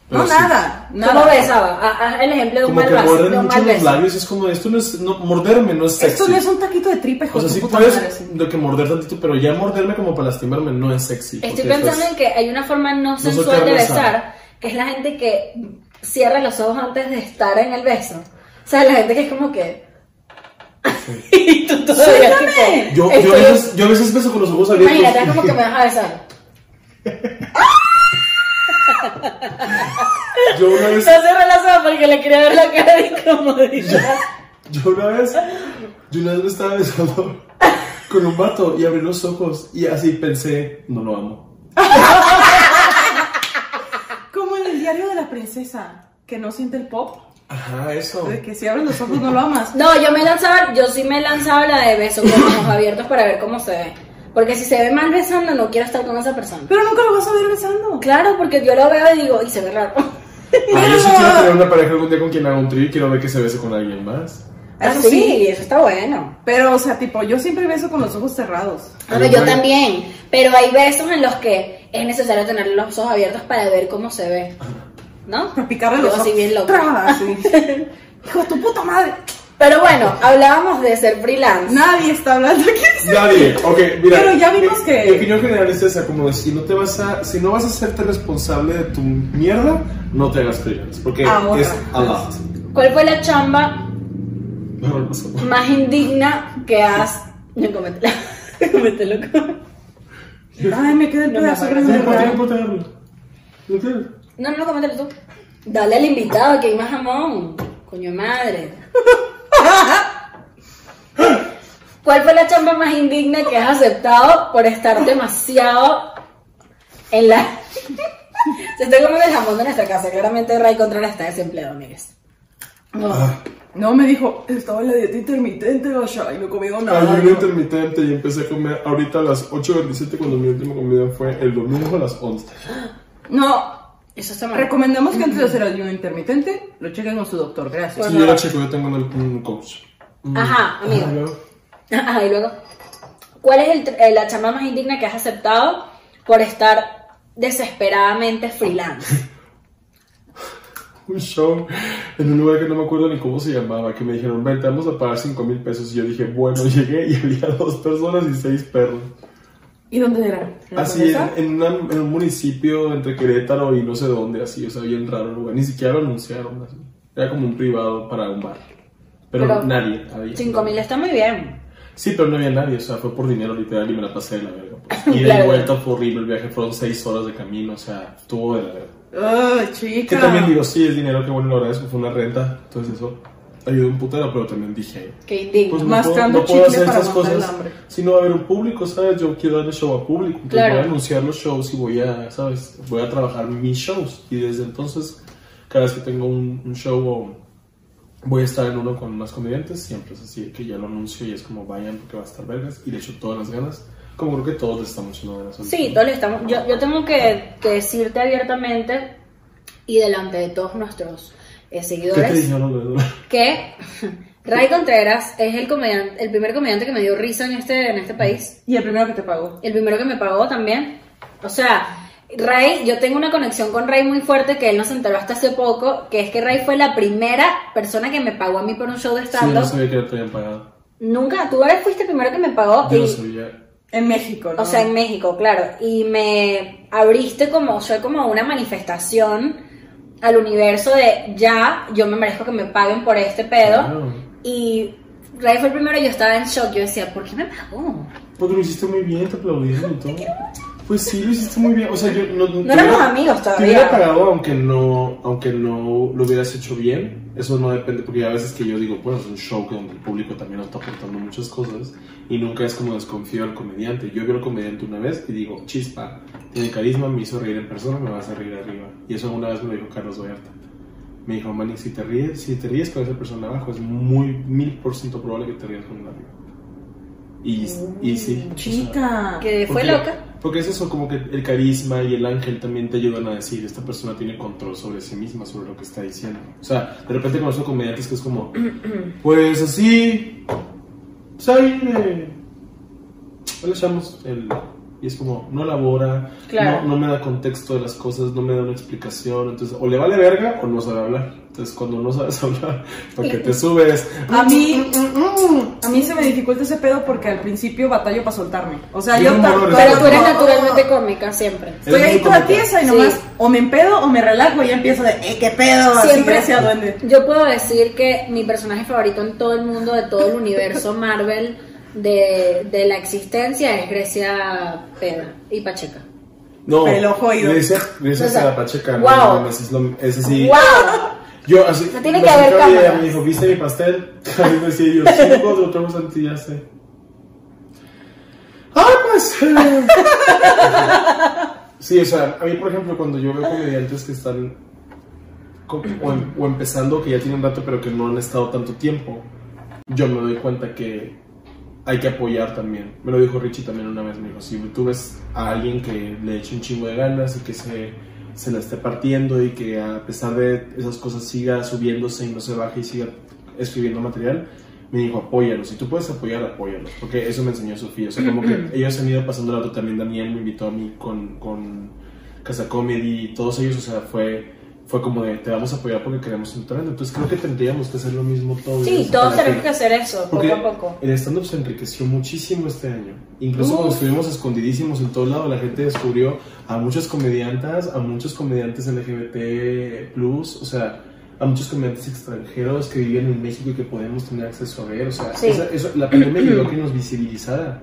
E: Pero
A: no,
E: sí.
A: nada, nada.
D: ¿Cómo besaba? Haz- haz el ejemplo de un
E: Como
D: mal
E: que
D: beso. de
E: muerden
D: un
E: mucho
D: mal
E: los
D: beso.
E: labios. Es como, esto no es. No, morderme no es sexy.
A: Esto no es un taquito de tripa, hijo
E: O sea,
A: de tu
E: sí
A: puta madre.
E: puedes
A: sí.
E: de que morder tantito, pero ya morderme como para lastimarme no es sexy.
D: Estoy
E: porque, pues,
D: pensando en que hay una forma no
E: soy
D: sensual de
E: Carlos
D: besar,
E: Sara.
D: que es la gente que cierras los ojos antes de estar en el beso. O sea, la gente que es como que. y tú todavía.
A: Suéltame.
D: Tipo,
E: Yo, yo, a
D: estoy-
E: veces, yo a veces beso con los ojos abiertos.
D: Imagínate, es como que me vas a besar.
E: Yo una
D: Se
E: vez,
D: cerró los ojos porque le quería ver la cara de incomodidad.
E: yo una vez, yo una vez me estaba besando con un vato y abrí los ojos y así pensé, no lo amo.
A: Como en el diario de la princesa, que no siente el pop,
E: Ajá, eso.
A: de que si abres los ojos no lo amas.
D: No, yo me lanzaba, yo sí me lanzaba la de beso con los ojos abiertos para ver cómo se ve. Porque si se ve mal besando, no quiero estar con esa persona.
A: Pero nunca lo vas a ver besando.
D: Claro, porque yo lo veo y digo, y se ve raro.
E: Ah, yo sí quiero tener una pareja algún día con quien haga un trío y quiero ver que se bese con alguien más.
A: Eso
D: Así,
A: sí.
D: eso está bueno.
A: Pero, o sea, tipo, yo siempre beso con los ojos cerrados.
D: Ah, no, yo también, pero hay besos en los que es necesario tener los ojos abiertos para ver cómo se ve. ¿No?
A: Para picarle
D: Yo
A: los ojos.
D: así bien loco.
A: Tra, así. Hijo de tu puta madre.
D: Pero bueno, hablábamos de ser freelance.
A: Nadie está hablando aquí.
E: Nadie, ok, mira.
A: Pero ya vimos
E: mi-
A: que-
E: Mi opinión general es esa, como de si no te vas a, si no vas a hacerte responsable de tu mierda, no te hagas freelance, porque
A: Ahora.
E: es a lot.
D: ¿Cuál fue la chamba
E: No, no, no.
D: más indigna que has... No, cométela. Comételo.
A: Ay, me quedé el
D: No me
A: pedazo
D: acuerdo.
A: grande.
E: No,
A: ¿verdad?
E: no, no, no, no. No te-
D: No, no, comételo tú. Dale al invitado que hay más jamón. Coño madre. ¿Cuál fue la chamba más indigna que has aceptado por estar demasiado en la... Se está comiendo el jamón de nuestra casa. Claramente Ray Contreras está desempleado, amigues.
E: Ah.
A: No, me dijo, estaba en la dieta intermitente, Gasha, y no he comido
E: Ah,
A: nada.
E: Ayuno intermitente y empecé a comer ahorita a las 8.27 cuando mi última comida fue el domingo a las 11.
A: No,
D: Eso está mal.
A: recomendamos que antes de hacer ayuno intermitente, lo chequen con su doctor, gracias.
E: Sí, yo era chico, yo tengo un, un coach. Mm.
D: Ajá, amigo.
E: Ajá,
D: Ajá, y luego, ¿cuál es el tr- eh, la chamba más indigna que has aceptado por estar desesperadamente freelance?
E: un show en un lugar que no me acuerdo ni cómo se llamaba, que me dijeron, ven, te vamos a pagar 5 mil pesos. Y yo dije, bueno, llegué y había dos personas y seis perros.
A: ¿Y dónde era? ¿En la
E: Así, en,
A: condesa?
E: Ah, en una- en un municipio entre Querétaro y no sé dónde, así, o sea, bien raro el lugar. Ni siquiera lo anunciaron, así. Era como un privado para un bar. Pero,
D: Pero
E: nadie había.
D: 5 mil está muy bien.
E: Sí, pero no había nadie, o sea, fue por dinero literal y me la pasé de la verga. Pues. Y de
D: Claro.
E: vuelta fue horrible, el viaje fueron seis horas de camino, o sea, estuvo de la verga.
A: Ay,
E: Que
A: chica.
E: también digo, sí, es dinero, que bueno, lo agradezco, fue una renta, entonces eso ayudó un putero, pero también dije,
D: Qué indigno.
E: pues no
A: Mascando
E: puedo, no
A: chicle
E: puedo hacer
A: para
E: estas
A: aguantar el
E: cosas
A: hambre.
E: si no va a haber un público, ¿sabes? Yo quiero darle show a público, entonces
D: Claro.
E: voy a anunciar los shows y voy a, ¿sabes? Voy a trabajar mis shows y desde entonces, cada vez que tengo un, un show o voy a estar en uno con más comediantes, siempre es así, que ya lo anuncio y es como vayan porque va a estar vergas y le echo todas las ganas, como creo que todos le estamos echando ganas. ahorita.
D: Sí, todos le estamos. Yo, yo tengo que, que decirte abiertamente y delante de todos nuestros eh,
E: ¿Qué te
D: seguidores
E: dijeron? Lorena?
D: que Ray Contreras es el comediante, el primer comediante que me dio risa en este, en este país.
A: Y el primero que te pagó.
D: El primero que me pagó también. O sea, Ray, yo tengo una conexión con Ray muy fuerte que él nos enteró hasta hace poco, que es que Ray fue la primera persona que me pagó a mí por un show de
E: Sí, yo
D: stand-up.
E: no sabía que te habían pagado.
D: Nunca, tú eres, fuiste el primero que me pagó.
E: Yo no
D: y-
E: sabía.
A: En México, ¿no?
D: o sea, en México, claro. Y me abriste como, fue como una manifestación al universo de ya, yo me merezco que me paguen por este pedo.
E: Claro.
D: Y Ray fue el primero y yo estaba en shock. Yo decía, ¿por qué me pagó?
E: Porque Pues, lo hiciste muy bien, te aplaudieron y todo. Pues sí, lo hiciste muy bien. O sea, yo no.
D: No éramos amigos todavía.
E: Te hubiera pagado aunque no, aunque no lo hubieras hecho bien. Eso no depende, porque ya a veces que yo digo, bueno, es un show que donde el público también nos está aportando muchas cosas. Y nunca es como desconfío al comediante. Yo veo al comediante una vez y digo, chispa, tiene carisma, me hizo reír en persona, me vas a reír arriba. Y eso alguna vez me lo dijo Carlos Vallarta. Me dijo, Manny, si te ríes, si te ríes con esa persona abajo, es muy mil por ciento probable que te rías con una arriba. Y, y sí. o sea,
A: Chica.
D: Que fue
E: porque-
D: loca.
E: Porque es eso, como que el carisma y el ángel también te ayudan a decir, esta persona tiene control sobre sí misma, sobre lo que está diciendo. O sea, de repente conozco comediantes que es como, pues así, pues ahí eh, ahí le echamos el... Y es como, no elabora,
D: Claro.
E: no, no me da contexto de las cosas, no me da una explicación, entonces o le vale verga o no sabe hablar. Entonces, cuando no sabes hablar, lo que te subes.
D: Mm,
A: A mí, a mí se me dificulta ese pedo porque al principio batallo para soltarme. O sea,
E: Yo
A: yo,
E: no
A: ta-
E: puedo
D: Pero tú eres
A: como-
D: naturalmente cómica, siempre.
A: Estoy
E: Eres
A: ahí
E: muy
A: toda
E: cómica.
A: tiesa y
D: Sí.
A: nomás o me empedo o me relajo y ya empiezo de, eh, qué pedo,
D: Siempre.
A: siempre hacia duende.
D: Yo puedo decir que mi personaje favorito en todo el mundo, de todo el universo Marvel, de, de la existencia, es Grecia Pena y Pacheca.
E: No,
A: Pelo jodido.
E: le dice, le dice
D: O sea,
E: a la Pacheca.
D: wow.
E: No, mames, es, lo- es así.
D: ¡Wow!
E: Yo, así.
D: No tiene
E: me
D: que haber
E: acercaba y ella
D: cámaras.
E: Me dijo, ¿viste mi pastel? Y me decía yo, sí, cuando lo traemos antes ya sé. ¡Ah, pues! eh". Sí, o sea, a mí, por ejemplo, cuando yo veo comediantes que están. co- O, em- o empezando, que ya tienen rato, pero que no han estado tanto tiempo, yo me doy cuenta que hay que apoyar también. Me lo dijo Richie también una vez, me dijo, si tú ves a alguien que le eche un chingo de ganas y que se, se la esté partiendo y que a pesar de esas cosas siga subiéndose y no se baje y siga escribiendo material, me dijo, apóyalos. Si tú puedes apoyar, apóyalos. Porque eso me enseñó Sofía. O sea, como que ellos han ido pasando el rato también. Daniel me invitó a mí con, con Casa Comedy y todos ellos, o sea, fue... Fue como de, te vamos a apoyar porque queremos un talento. Entonces creo que tendríamos que hacer lo mismo todos.
D: Sí,
E: ¿no?
D: todos
E: Para
D: tenemos que hacer eso,
E: porque
D: poco a poco.
E: el stand-up se enriqueció muchísimo este año. Incluso
D: Uf.
E: cuando estuvimos escondidísimos en todo lado, la gente descubrió a muchas comediantas, a muchos comediantes LGBT, o sea, a muchos comediantes extranjeros que vivían en México y que podemos tener acceso a ver. O sea,
D: Sí.
E: esa- eso- la pandemia ayudó a que nos visibilizara.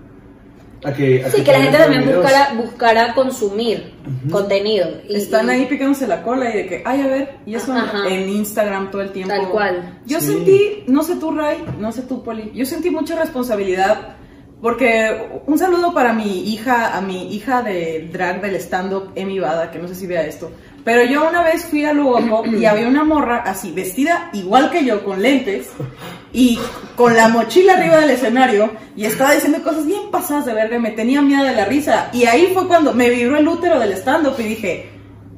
E: A que, a
D: Sí, que la gente
E: pudieran ver
D: también
E: videos.
D: buscara, buscara consumir contenido. Y-
A: Están
D: y-
A: ahí picándose la cola y de que, ay, a ver, y eso
D: Ajá.
A: en Instagram todo el tiempo.
D: Tal cual.
A: Yo
E: Sí.
A: sentí, no sé tú, Ray, no sé tú, Poli, yo sentí mucha responsabilidad porque un saludo para mi hija, a mi hija de drag del stand-up, Emi Bada, que no sé si vea esto. Pero yo una vez fui a Luoco y había una morra así, vestida igual que yo, con lentes y con la mochila arriba del escenario y estaba diciendo cosas bien pasadas de verga y me tenía miedo de la risa. Y ahí fue cuando me vibró el útero del stand-up y dije,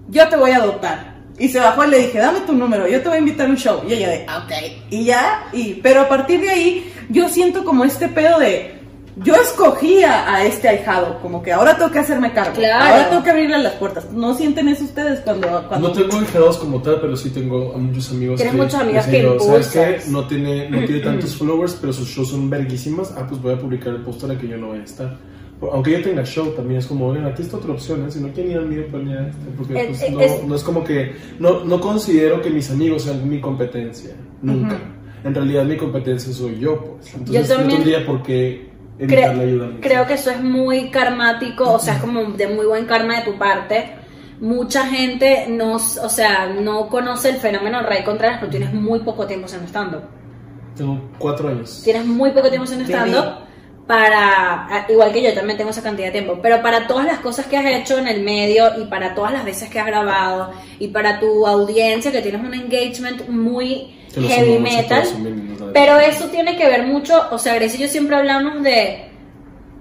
A: yo te voy a adoptar. Y se bajó y le dije, dame tu número, yo te voy a invitar a un show. Y ella de, "Ah, ok. Y ya, y, pero a partir de ahí, yo siento como este pedo de, yo escogía a este ahijado, como que ahora tengo que hacerme cargo.
D: Claro.
A: Ahora tengo que abrirle las puertas. ¿No sienten eso ustedes cuando... cuando...
E: No tengo enjeados como tal, pero sí tengo a muchos amigos
D: Tienes muchos amigos
E: les digo,
D: que
E: ¿sabes
D: impulsas".
E: qué? No tiene, no tiene tantos followers, pero sus shows son verguísimas. Ah, pues voy a publicar el post en el que yo no voy a estar. Por- Aunque yo tenga show, también es como, oigan, aquí está otra opción, ¿eh? Si no quieren ir al mío, pues ya este, Porque
D: Eh,
E: pues,
D: eh,
E: no,
D: es-
E: no es como que. No, no considero que mis amigos sean mi competencia. Nunca. En realidad, mi competencia soy yo, pues. Entonces,
D: también-
E: no tendría por qué
D: Cre-
E: evitar la ayuda. a mis
D: creo que eso es muy karmático, o sea, es como de muy buen karma de tu parte. Mucha gente no, s- o sea, no conoce el fenómeno Ray Contreras, pero tienes muy poco tiempo siendo stand-up.
E: amigos. Tengo cuatro años.
D: Tienes muy poco tiempo siendo
A: Bebé.
D: stand-up para, a- igual que yo también tengo esa cantidad de tiempo, pero para todas las cosas que has hecho en el medio y para todas las veces que has grabado y para tu audiencia que tienes un engagement muy
E: Te lo
D: heavy
E: sumo mucho, te lo
D: metal.
E: sumo en la-
D: Pero eso tiene que ver mucho, o sea, Grecia y yo siempre hablamos de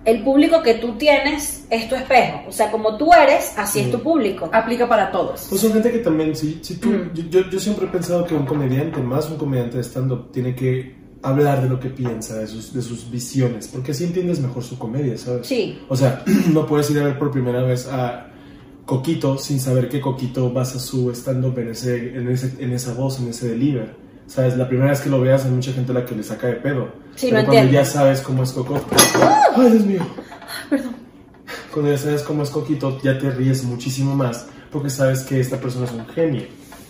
D: el público que tú tienes es tu espejo. O sea, como tú eres, así es tu público.
A: Aplica para todos.
E: Pues son gente que también, si, si tú,
D: Mm.
E: yo, yo, yo siempre he pensado que un comediante, más un comediante de stand-up, tiene que hablar de lo que piensa, de sus, de sus visiones, porque así entiendes mejor su comedia, ¿sabes?
D: Sí.
E: O sea, no puedes ir a ver por primera vez a Coquito sin saber que Coquito basa su stand-up en, ese, en, ese, en esa voz, en ese deliver. ¿Sabes? La primera vez que lo veas, hay mucha gente a la que le saca de pedo.
D: Sí,
E: Pero
D: lo
E: cuando
D: entiendo. ¡Ah!
E: ya sabes cómo es Coco. ¡Ay, Dios mío! cuando ya sabes cómo es Coquito, ya te ríes muchísimo más porque sabes que esta persona es un genio.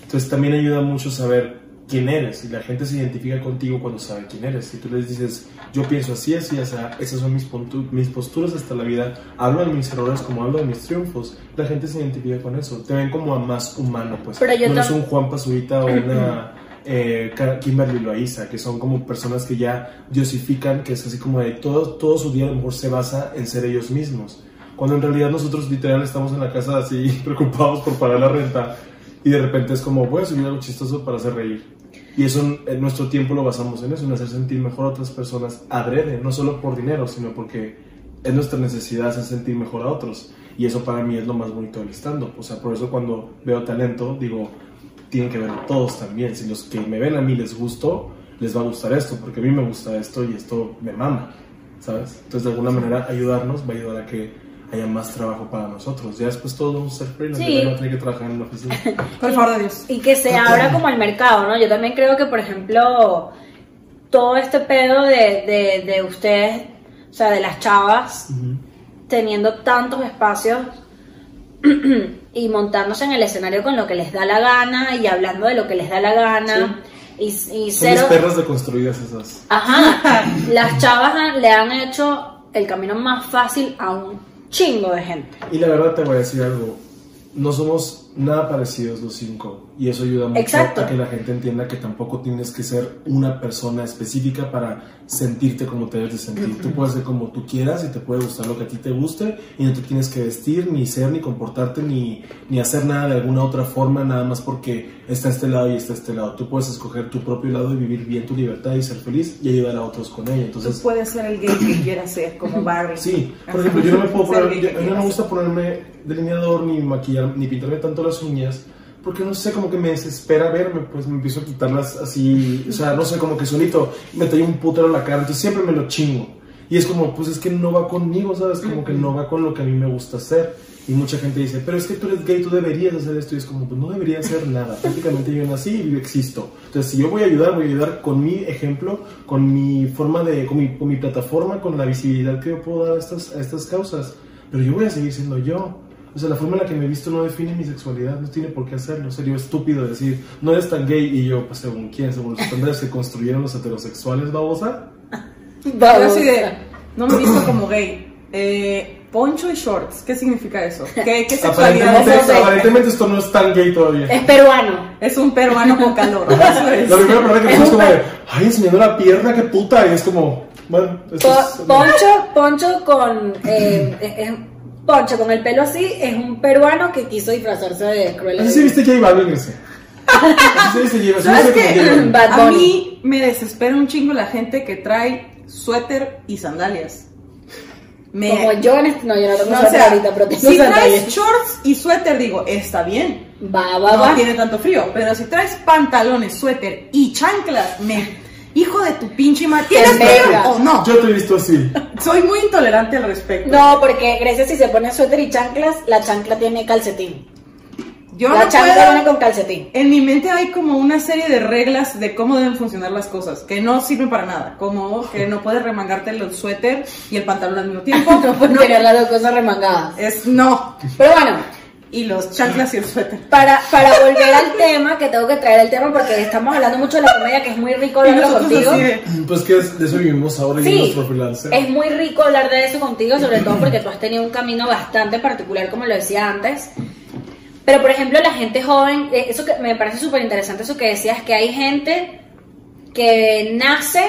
E: Entonces también ayuda mucho saber quién eres y la gente se identifica contigo cuando sabe quién eres. Y tú les dices, yo pienso así, así, así, esas son mis, pontu- mis posturas hasta la vida, hablo de mis errores como hablo de mis triunfos, la gente se identifica con eso, te ven como a más humano, pues.
D: Pero yo
E: no eres
D: tam-
E: un Juan Pazurita o una... eh, Ka- Kimberly Loaiza, que son como personas que ya diosifican, que es así como de todo, todo su día a lo mejor se basa en ser ellos mismos. Cuando en realidad nosotros literal estamos en la casa así preocupados por pagar la renta y de repente es como voy a subir algo chistoso para hacer reír. Y eso en nuestro tiempo lo basamos en eso, en hacer sentir mejor a otras personas adrede, no solo por dinero, sino porque es nuestra necesidad hacer sentir mejor a otros. Y eso para mí es lo más bonito del stand-up. O sea, por eso cuando veo talento, digo, tienen que ver todos también. Si los que me ven a mí les gustó, les va a gustar esto, porque a mí me gusta esto y esto me mama, ¿sabes? Entonces, de alguna manera, ayudarnos va a ayudar a que haya más trabajo para nosotros. Ya después todos vamos a ser freelance,
D: Sí.
E: ya nadie va a tener que trabajar en una oficina.
A: Por el favor de Dios.
D: Y que se abra como el mercado, ¿no? Yo también creo que, por ejemplo, todo este pedo de, de, de ustedes, o sea, de las chavas, teniendo tantos espacios y montándose en el escenario con lo que les da la gana y hablando de lo que les da la gana. Y, y
E: Son mis
D: cero...
E: perras deconstruidas esas.
D: Ajá, las chavas han- le han hecho el camino más fácil a un chingo de gente.
E: Y la verdad te voy a decir algo. No somos nada parecidos los cinco. Y eso ayuda mucho
D: Exacto.
E: a que la gente entienda que tampoco tienes que ser una persona específica para sentirte como te debes de sentir. Tú puedes ser como tú quieras y te puede gustar lo que a ti te guste. Y no te tienes que vestir, ni ser, ni comportarte, ni, ni hacer nada de alguna otra forma, nada más porque está este lado y está este lado. Tú puedes escoger tu propio lado y vivir bien tu libertad y ser feliz y ayudar a otros con ella. Entonces,
A: Tú puedes ser el gay que quieras ser, como Barry.
E: Sí, por ejemplo, yo no me puedo
A: Ser el
E: poner,
A: gay
E: yo-
A: que
E: a mí no me
A: quieras
E: gusta ponerme delineador, ni maquillar, ni pintarme tanto las uñas, porque no sé, como que me desespera verme, pues me empiezo a quitarlas así, o sea, no sé, como que solito me traigo un putero en la cara, entonces siempre me lo chingo. Y es como, pues es que no va conmigo, ¿sabes? Como que no va con lo que a mí me gusta hacer. Y mucha gente dice, pero es que tú eres gay, tú deberías hacer esto. Y es como, pues no debería hacer nada. Prácticamente yo nací y yo existo. Entonces, si yo voy a ayudar, voy a ayudar con mi ejemplo, con mi forma de, con mi, con mi plataforma, con la visibilidad que yo puedo dar a estas, a estas causas. Pero yo voy a seguir siendo yo. O sea, la forma en la que me he visto no define mi sexualidad, no tiene por qué hacerlo. Sería estúpido decir, no eres tan gay. Y yo, pues según quién, según los estándares que construyeron los heterosexuales, babosa.
A: Yo así de, no me visto como gay. Eh, poncho y shorts, ¿qué significa eso? ¿Qué, qué sexualidad
E: Aparentemente,
A: es eso?
E: aparentemente esto no es tan gay todavía.
D: Es peruano.
A: Es un peruano con calor. Eso es.
E: La primera persona
A: Es
E: que me es
A: un
E: como
A: pe-
E: de, ay, enseñando la pierna, qué puta. Y es como, bueno, esto
D: Po-
E: es-
D: Poncho, Poncho con eh, es- es- Poncho con el pelo así es un peruano que quiso disfrazarse de Cruella. de
E: Así se
D: Vil.
E: viste J Balvin ese.
A: ¿Sabes
E: Así se viste J Balvin. así se viste como J
A: qué?
E: Balvin.
D: Bad
A: A
D: Bunny.
A: mí me desespera un chingo la gente que trae suéter y sandalias. Me...
D: Como yo en este, no, yo no tengo
A: No, o
D: suéter
A: sea,
D: ahorita, pero tengo
A: si traes
D: sandalias.
A: shorts y suéter, digo, está bien.
D: Va, va,
A: No
D: va.
A: tiene tanto frío. Pero si traes pantalones, suéter y chanclas, me... Hijo de tu pinche madre, ¿tienes frío
D: verga.
A: o Oh, no?
E: Yo te he visto así.
A: Soy muy intolerante al respecto.
D: No, porque Grecia si se pone suéter y chanclas, la chancla tiene calcetín.
A: yo
D: la
A: no
D: chancla
A: puedo-
D: viene con calcetín.
A: En mi mente hay como una serie de reglas de cómo deben funcionar las cosas, que no sirven para nada, como que no puedes remangarte el suéter y el pantalón al mismo tiempo.
D: No pueden tener las dos cosas remangadas.
A: Es no.
D: Pero bueno,
A: Y los chanclas y el suéter.
D: para, para volver al tema, que tengo que traer el tema porque estamos hablando mucho de la comedia, que es muy rico
A: Y
D: hablarlo
A: nosotros
D: contigo.
A: así de,
E: Pues que es- de eso vivimos ahora y
D: Sí,
E: nuestro freelance.
D: es muy rico hablar de eso contigo, sobre todo porque tú has tenido un camino bastante particular, como lo decía antes. Pero, por ejemplo, la gente joven, eh, eso que me parece súper interesante, eso que decías, que hay gente que nace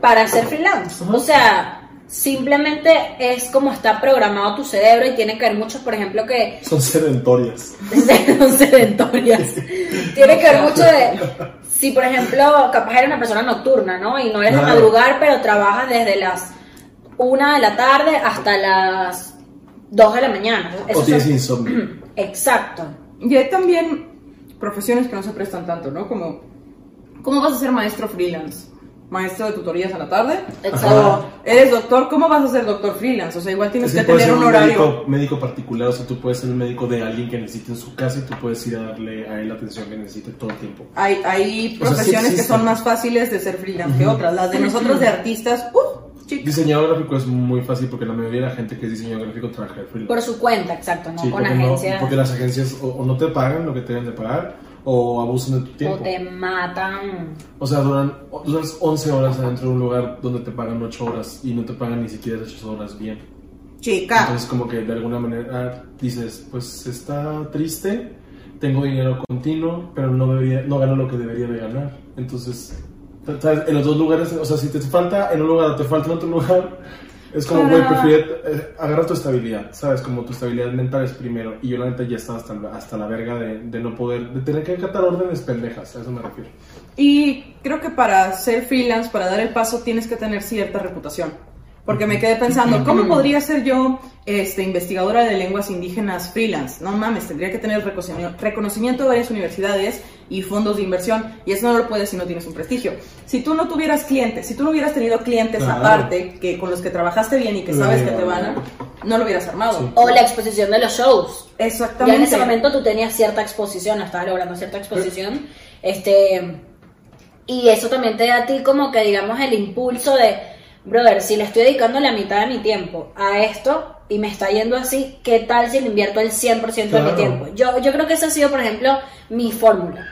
D: para ser freelance. O sea, simplemente es como está programado tu cerebro y tiene que haber muchos, por ejemplo, que
E: Son sedentorias.
D: son sedentorias. Tiene que ver mucho de si, por ejemplo, capaz eres una persona nocturna, ¿no? Y no eres de
E: Claro.
D: madrugar, pero trabajas desde las una de la tarde hasta las 2 de la mañana.
E: O
D: Eso
E: tienes
D: son-
E: insomnio.
D: Exacto.
A: Y hay también profesiones que no se prestan tanto, ¿no? Como, ¿cómo vas a ser maestro freelance? Maestro de tutorías a la tarde.
D: Exacto.
A: O eres doctor, ¿cómo vas a ser doctor freelance? O sea, igual tienes
E: Es que
A: que
E: puedes
A: tener un
E: ser un
A: horario.
E: médico, médico particular, o sea, tú puedes ser un médico de alguien que necesite en su casa y tú puedes ir a darle a él la atención que necesite todo el tiempo.
A: Hay, hay
E: O sea, sí
A: profesiones que
E: existen.
A: son más fáciles de ser freelance que otras. Las de nosotros de artistas, ¡uh! chicos.
E: Diseñador gráfico es muy fácil porque la mayoría de la gente que es diseñador gráfico trabaja de freelance.
D: Por su cuenta, exacto, no
E: Sí,
D: con
E: porque, no-
D: agencia.
E: porque las agencias o, o no te pagan lo que te deben de pagar o abusan de tu
D: o
E: tiempo.
D: te matan.
E: O sea, duran, duras 11 horas adentro de un lugar donde te pagan 8 horas y no te pagan ni siquiera esas 8 horas bien.
A: Chica.
E: Entonces, como que de alguna manera dices, pues está triste, tengo dinero continuo, pero no, debería- no gano lo que debería de ganar. Entonces, t- t- en los dos lugares, o sea, si te falta en un lugar o te falta en otro lugar, es como, güey, prefiero eh, agarra tu estabilidad, ¿sabes? Como tu estabilidad mental es primero. Y yo, la neta, ya estaba hasta, la- hasta la verga de, de no poder, de tener que acatar órdenes pendejas, a eso me refiero.
A: Y creo que para ser freelance, para dar el paso, tienes que tener cierta reputación. Porque me quedé pensando, ¿cómo podría ser yo este, investigadora de lenguas indígenas freelance? No mames, tendría que tener reconoci- reconocimiento de varias universidades y fondos de inversión. Y eso no lo puedes si no tienes un prestigio. Si tú no tuvieras clientes, si tú no hubieras tenido clientes
E: Claro.
A: aparte, que con los que trabajaste bien y que sabes que te van a... no lo hubieras armado.
E: Sí.
D: O la exposición de los shows. Ya
A: Exactamente.
D: en ese momento tú tenías cierta exposición, estabas logrando cierta exposición. Este, y eso también te da a ti como que, digamos, el impulso de, brother, si le estoy dedicando la mitad de mi tiempo a esto y me está yendo así, ¿qué tal si le invierto el 100% de mi
E: Claro.
D: tiempo? Yo, yo creo que esa ha sido, por ejemplo, mi fórmula.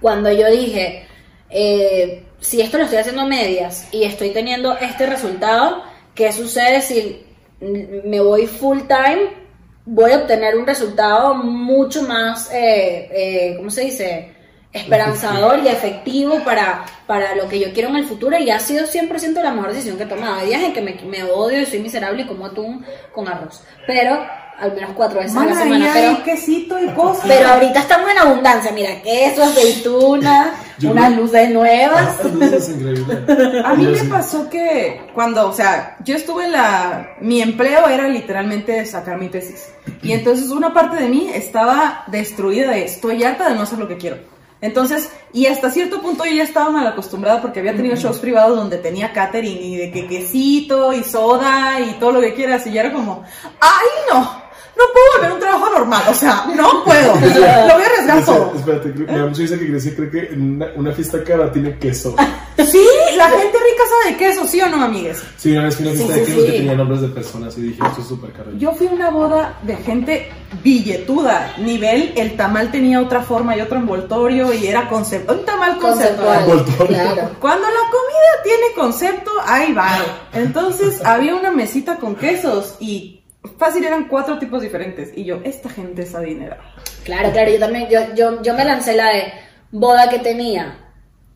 D: Cuando yo dije, eh, si esto lo estoy haciendo a medias y estoy teniendo este resultado, ¿qué sucede si me voy full time? Voy a obtener un resultado mucho más, eh, eh, ¿cómo se dice? Esperanzador y efectivo para, para lo que yo quiero en el futuro y ha sido 100% la mejor decisión que he tomado. Hay días en que me, me odio y soy miserable y como atún con arroz, pero al menos cuatro veces a la
A: Mana, ahí
D: semana.
A: hay
D: Pero,
A: quesito y cosas.
D: pero ahorita estamos en abundancia, mira, queso, aceitunas,
E: Yo
D: unas
E: no-
D: luces nuevas.
E: Ah, Es increíble.
A: Ah, A mí
E: Yo
A: me
E: sí.
A: pasó que cuando, o sea, yo estuve en la... Mi empleo era literalmente sacar mi tesis. Y entonces una parte de mí estaba destruida de estoy harta de no hacer lo que quiero. Entonces, y hasta cierto punto yo ya estaba mal acostumbrada porque había tenido shows privados donde tenía catering y de que quesito y soda y todo lo que quieras. Y ya era como, ay no, no puedo volver a un trabajo normal, o sea, no puedo. Lo voy a arriesgar todo.
E: Espérate, espérate, creo que me da mucha risa que Grecia cree que en una, una fiesta cara tiene queso.
A: Sí, la gente rica sabe queso, ¿sí o no, amigues?
E: Sí, una vez fui a una fiesta
D: Sí,
E: de
D: sí,
E: quesos
D: sí.
E: que tenía nombres de personas y dije, esto es súper caro.
A: Yo fui a una boda de gente billetuda, nivel, el tamal tenía otra forma y otro envoltorio y era concepto, un
E: Ah,
A: tamal conceptual.
D: Conceptual. Claro.
A: Cuando la comida tiene concepto, ahí va. Entonces había una mesita con quesos y fácil eran cuatro tipos diferentes y yo, esta gente es adinerada.
D: Claro, claro, yo también, yo, yo, yo me lancé la de boda que tenía,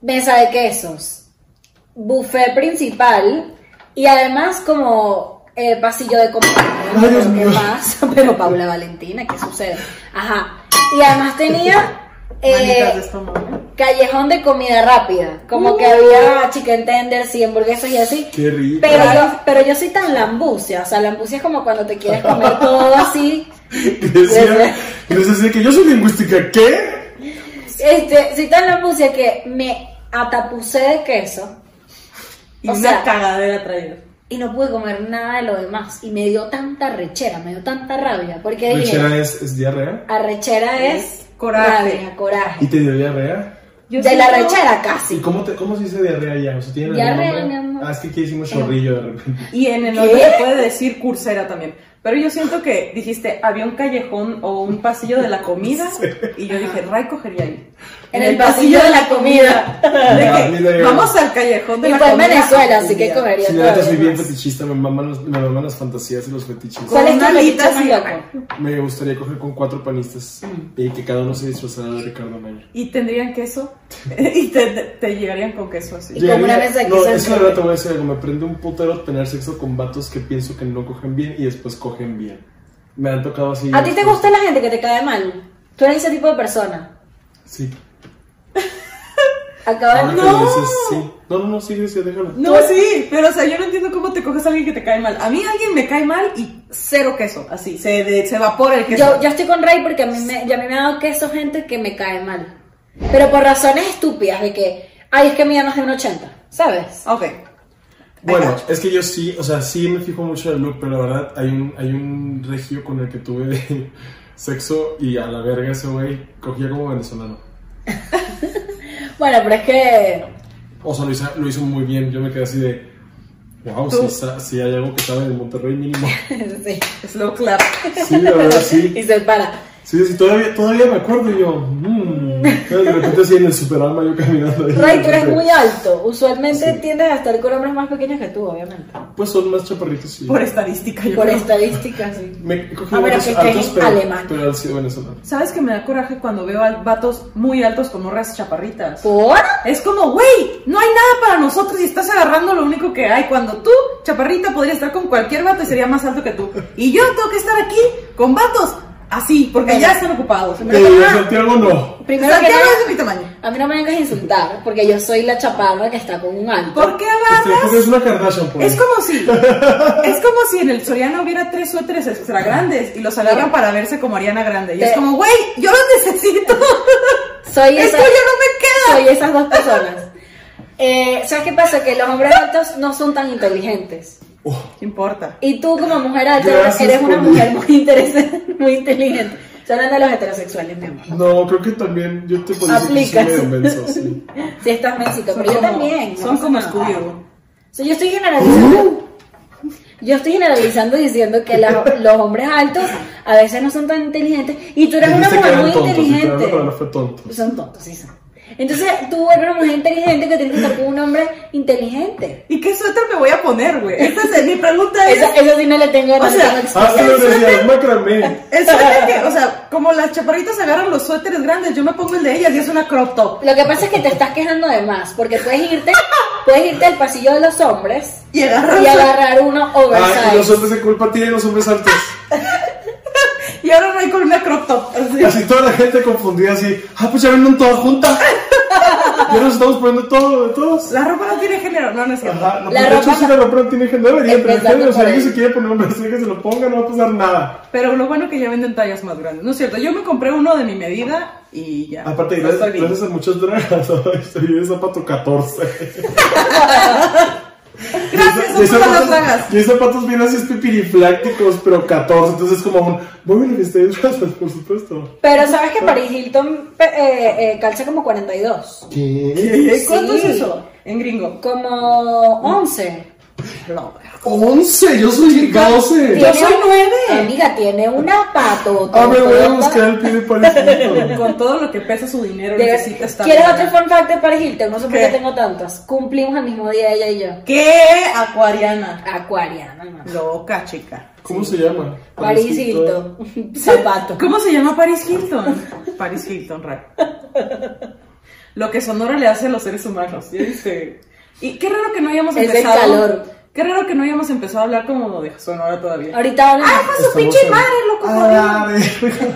D: mesa de quesos, buffet principal y además como eh, pasillo de
E: Ay,
D: compañía.
E: Dios
D: ¿Qué
E: mío.
D: más? Pero Paula Valentina, ¿qué sucede? Ajá. Y además tenía
A: Manitas de
D: eh,
A: estómago, ¿eh?
D: callejón de comida rápida, como que había chicken tenders y hamburguesas y así.
E: Uh. Qué rico.
D: Pero yo, pero yo soy tan lambucia, o sea, lambucia es como cuando te quieres comer todo así.
E: Grecia, Grecia dice que yo soy lingüística, ¿qué?
D: Este, si tan la música que me atapuse de queso
A: Y
D: O
A: una
D: sea-
A: cagadera traída.
D: y no pude comer nada de lo demás. Y me dio tanta rechera, me dio tanta rabia. Porque dije,
E: Lechera es, es diarrea.
D: arrechera es
A: Coraje.
D: rabia, coraje.
E: ¿Y te dio diarrea?
A: Yo
D: de la
A: siento-
D: rechera
E: ¿Y
D: casi.
E: cómo, te, cómo se dice diarrea ya? O sea, ¿tiene algún
D: Diarrea,
E: nombre?
D: mi amor.
E: Ah, es que aquí hicimos chorrillo de repente.
A: Y en el
D: ¿Qué?
A: otro se puede decir cursera también. Pero yo siento que dijiste, había un callejón o un pasillo de la comida. Y yo dije, Ray cogería ahí.
D: En el pasillo de la comida.
A: De que,
E: Ah, mira.
A: vamos al callejón de
D: Y
A: la
D: fue en
A: comida.
D: Venezuela, así que
A: Ya.
D: comería
E: Sí, la
D: todavía
E: neta soy bien
D: más.
E: fetichista, me maman, los- me maman las fantasías y los fetiches.
D: ¿Cuál es
A: Con
D: tu
A: una
D: fetiche
A: alita
D: más
A: así.
D: loco?
E: Me gustaría coger con cuatro panistas
D: Mm.
E: y que cada uno se disfrazara de Ricardo Anaya.
A: Y tendrían queso. y te, te llegarían con queso así.
D: Y como una
E: Llegaría-
D: mesa de
E: No,
D: queso
E: eso la
D: enfrente.
E: verdad te voy a decir algo. Me prende un putero tener sexo con vatos que pienso que no cogen bien y después cogen bien. Me han tocado así. este,
D: ¿A ti te gusta la gente que te cae mal? Tú eres ese tipo de persona.
E: Sí.
D: Acaba
E: Ahora que lo dices, sí. No, no, no, sí, Grecia, déjalo.
A: No, sí, pero o sea, yo no entiendo cómo te coges a alguien que te cae mal. A mí alguien me cae mal y cero queso, así, se, de- se evapora el queso.
D: Yo, yo estoy con Ray porque a mí, me, yo a mí me ha dado queso gente que me cae mal. Pero por razones estúpidas de que, ay, es que mía no es de un 80, ¿sabes?
A: Ok.
E: Bueno,
A: Ajá.
E: es que yo sí, o sea, sí me fijo mucho en el look, pero la verdad hay un, hay un regio con el que tuve de sexo y a la verga ese güey cogía como venezolano.
D: Bueno, pero es que
E: O sea, lo hizo, lo hizo muy bien. Yo me quedé así de. Wow,
A: Tú.
E: si, sa- si hay algo que sabe de Monterrey mínimo.
D: sí,
A: Slow clap.
E: Sí, la verdad, sí.
D: y se para.
E: Sí, sí, todavía, todavía me acuerdo y yo, mmm, de repente así en el superalma yo caminando ahí.
D: Ray, tú eres muy alto. Usualmente
E: Sí.
D: tiendes a estar con hombres más pequeños que tú, obviamente.
E: Pues son más chaparritos, sí.
A: Por estadística, yo
D: Por
A: creo.
D: estadística, sí.
E: Me he
D: Ah,
E: cogido
D: bueno,
E: otros
D: que- que
E: altos,
D: es
E: pero,
D: alemán.
E: pero han sido venezolanos.
A: ¿Sabes que me da coraje cuando veo a vatos muy altos con morras chaparritas?
D: ¿Por?
A: Es como, güey, no hay nada para nosotros y estás agarrando lo único que hay. Cuando tú, chaparrita, podría estar con cualquier vato y sería más alto que tú. Y yo tengo que estar aquí con vatos así, porque ya están ocupados.
E: Eh, de Santiago no.
D: Primero que
A: Santiago
D: nada,
A: es de mi tamaño.
D: a mí no me vengas a insultar, porque yo soy la chaparra que está con un alto.
A: ¿Por qué
E: Este,
A: agarras?
E: tú eres una Kardashian, pues. por
A: Es
E: ahí.
A: como si, es como si en el Soriano hubiera tres suéteres extra grandes y los agarran para verse como Ariana Grande. Y es
D: Te-
A: como, güey, yo los necesito.
D: Soy
A: Esto
D: esa-
A: ya no me queda.
D: Soy esas dos personas. Eh, ¿Sabes qué pasa? Que los hombres altos no son tan inteligentes.
A: ¿Qué importa?
D: Y tú como mujer hetero
E: Gracias
D: eres una
E: por-
D: mujer muy interesante, muy inteligente. Yo hablando de los heterosexuales, mi amor.
E: No, creo que también Pues yo te podría decir que soy
D: Aplicas.
E: medio menso, sí.
D: Si estás mensito, pero yo
A: como-
D: también.
A: Son
D: no
A: como
D: pasa nada.
A: Scooby-Doo.
D: O sea, yo estoy generalizando. Yo estoy generalizando diciendo que la- los hombres altos a veces no son tan inteligentes. Y tú eres una
E: Dijiste que
D: mujer
E: eran
D: muy
E: tontos, literalmente,
D: inteligente.
E: pero no fue tonto.
D: Pues Son tontos, sí son. Entonces, tú eres una mujer inteligente que tienes que estar con un hombre inteligente.
A: ¿Y qué suéter me voy a poner, güey? Esta es mi pregunta. Es,
D: Esa, esa sí no la tengo, no
A: O
D: la
A: sea,
D: tengo
E: Ah, sí,
D: expuesta.
E: lo decías, macramé.
A: el suéter que, o sea, como las chaparritas agarran los suéteres grandes, yo me pongo el de ellas y es una crop top.
D: Lo que pasa es que te estás quejando de más, porque puedes irte, puedes irte al pasillo de los hombres
A: Y agarran.
D: y agarrar uno
E: Ah, y los
D: oversize.
E: hombres de culpa tienen los hombres altos.
A: Y ahora voy con una crop top. así.
E: Y así toda la gente confundida así, ah, pues ya venden todo junta. Ya nos estamos poniendo todo de todos.
A: La ropa no tiene género, no, no es cierto.
E: Ajá, no, pues,
D: La
E: de hecho
D: ropa-
E: sí la ropa no tiene género, debería tener
D: Empezando
E: género. Si
D: por
E: alguien
D: ahí.
E: se quiere poner un brasier que se lo ponga, no va a pasar nada.
A: Pero lo bueno que ya venden tallas más grandes. No es cierto, yo me compré uno de mi medida y ya.
E: Aparte,
A: No
E: gracias,
A: estoy Pues bien.
E: gracias a muchas dragas, estoy en zapato 14.
A: Gracias, son
E: Y
A: todas las
E: zapatos-
A: dragas.
E: Y hay zapatos bien así espiriflácticos, pero 14. Entonces es como un, móvil que esté gracias, por supuesto.
D: Pero sabes que Paris Hilton pe- eh, eh, calza como 42,
E: ¿Qué?
A: ¿Y ¿Eh? cuánto
D: Sí.
A: es eso? En gringo.
D: como 11.
E: ¡11! Yo soy 12.
D: Tiene-
A: soy nueve.
D: Amiga, tiene una patota.
E: Ah, me voy a buscar el pie de Paris
A: Con todo lo que pesa su dinero,
D: De-
A: necesita estar.
D: ¿Quieres
A: bien.
D: otro fun fact de Paris Hilton? No sé por
A: ¿Qué?
D: qué tengo tantos. Cumplimos el mismo día ella y yo.
A: ¿Qué? Acuariana.
D: Acuariana, hermano.
A: Loca, chica.
E: ¿Cómo se llama?
D: Paris
A: eh.
D: Hilton. Zapato.
A: ¿Cómo se llama Paris Hilton? Paris Hilton, raro. Lo que Sonora le hace a los seres humanos. ¿ya viste? Y qué raro que no hayamos
D: Es el
A: empezado.
D: calor.
A: Qué raro que no hayamos empezado a hablar como de Sonora todavía.
D: Ahorita hablamos.
A: ¡Ah, su pinche madre, loco!
E: Ah, de-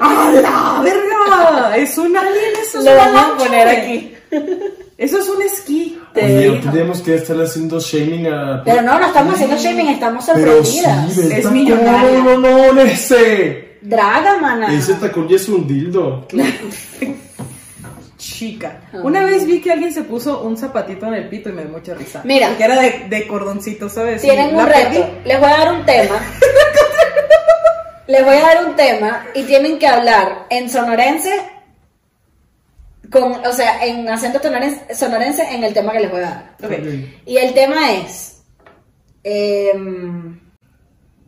A: ¡A la verga! Es un alien, eso es
D: Lo
A: una
D: vamos a
A: lancha,
D: poner
A: güey.
D: aquí.
A: Eso es un esquí.
E: Oye,
A: digo.
E: tenemos que estar haciendo shaming a.
D: Pero no, no estamos haciendo shaming, estamos
E: Pero sí,
D: sorprendidas.
E: ve el
A: Es
E: tacón,
A: millonario.
E: No, no, no, ese.
D: Draga, mana.
E: Ese tacón ya es un dildo.
A: Chica.
D: Ah.
A: Una vez vi que alguien se puso un zapatito en el pito y me dio mucha risa.
D: Mira.
A: Que era de, de cordoncito, ¿sabes?
D: Tienen
A: Y
D: un
A: la
D: reto.
A: perdí.
D: Les voy a dar un tema. Les voy a dar un tema y tienen que hablar en sonorense. Con, o sea, en acento sonorense, sonorense en el tema que les voy a dar.
A: Ok.
D: Y el tema es. em,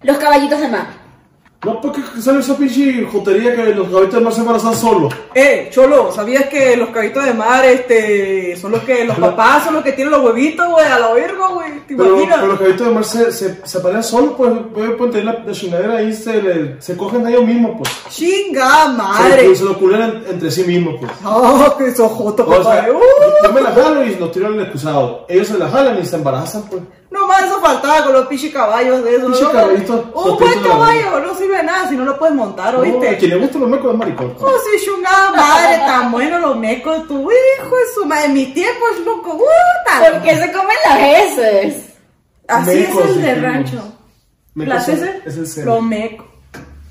D: los caballitos de mar.
E: No, porque sale esa pinche jotería que los gavitas no se embarazan solo.
A: Eh, Cholo, ¿sabías que los cabitos de mar, este, son los que, los papás son los que tienen los huevitos, güey, a la verga, güey? ¿Te
E: Pero,
A: imaginas?
E: pero los gavitos de mar se, se, se aparean solo, pues pueden pueden tener la, la chingadera ahí, se, le- se cogen de ellos mismos, pues. Se-
A: Chinga
E: Se,
A: madre.
E: lo culan en- entre sí mismos, pues.
A: Oh, qué sojoto,
E: O sea,
A: compadre.
E: Pues, yo,
A: Uh,
E: yo me la jalo y lo tiro al excusado. Ellos se la jalan y se embarazan, pues.
A: No más eso faltaba con los pinches caballos de esos.
E: Pinche
A: ¿no?
E: caballito,
A: Un
E: papito
A: buen
E: de
A: caballo no sirve de nada si no lo puedes montar,
E: No, a
A: ¿oíste?
E: quien le gustan los mecos es maricón.
A: Oh, sí, chungada madre, tan bueno los mecos, tu hijo es su madre. Mi tiempo es loco, puta.
D: ¿Por qué se comen las heces?
A: Así
E: Mecos,
A: es el de
E: dijimos.
A: rancho.
E: Mecos
A: Las
E: son-
A: heces,
E: es el cero.
A: lo meco.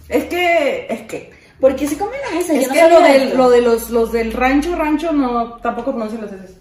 A: Es que, es que,
D: ¿Por qué se comen las heces? Yo
A: es
D: no
A: que lo,
D: sabía
A: del,
D: esto.
A: lo de los, los del rancho, rancho, no, tampoco pronuncian las heces.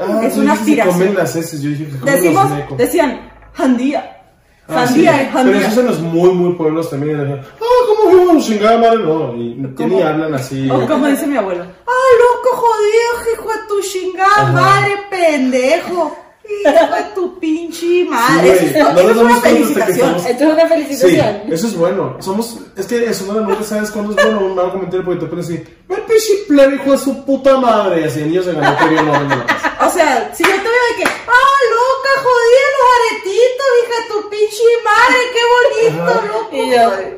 E: Ah,
A: Es
E: tú
A: una
E: dices que
A: aspiración.
E: comen las heces, yo dije que comen
A: Decimos,
E: los mecos.
A: decían, jandía.
E: Ah, sí,
A: Jandía es
E: Pero
A: jandía.
E: eso en los muy, muy pueblos también. Ah, ¿cómo vivo chingada madre? No, y, que ni
A: ¿Cómo?
E: hablan así.
A: O como dice mi abuelo, ah, loco, jodido, hijo de tu chingada
E: Ajá.
A: madre, pendejo. Hijo de tu pinche madre.
E: Sí, güey,
A: Eso es-
E: no
A: eso es una
E: nos damos cuenta hasta que
A: felicitación.
E: estamos-
D: Esto es una
E: Sí,
D: felicitación.
E: eso es bueno. Somos, es que eso no nunca sabes cuándo es bueno o un mal comentario porque te ponen así, ve pinche plebe hijo de su puta madre. Y así el niño se ganó que bien no no, no.
A: O sea, si yo te veo de que, ah, loca, jodida, los aretitos, hija de tu pinche madre, qué bonito, loco.
D: Y yo,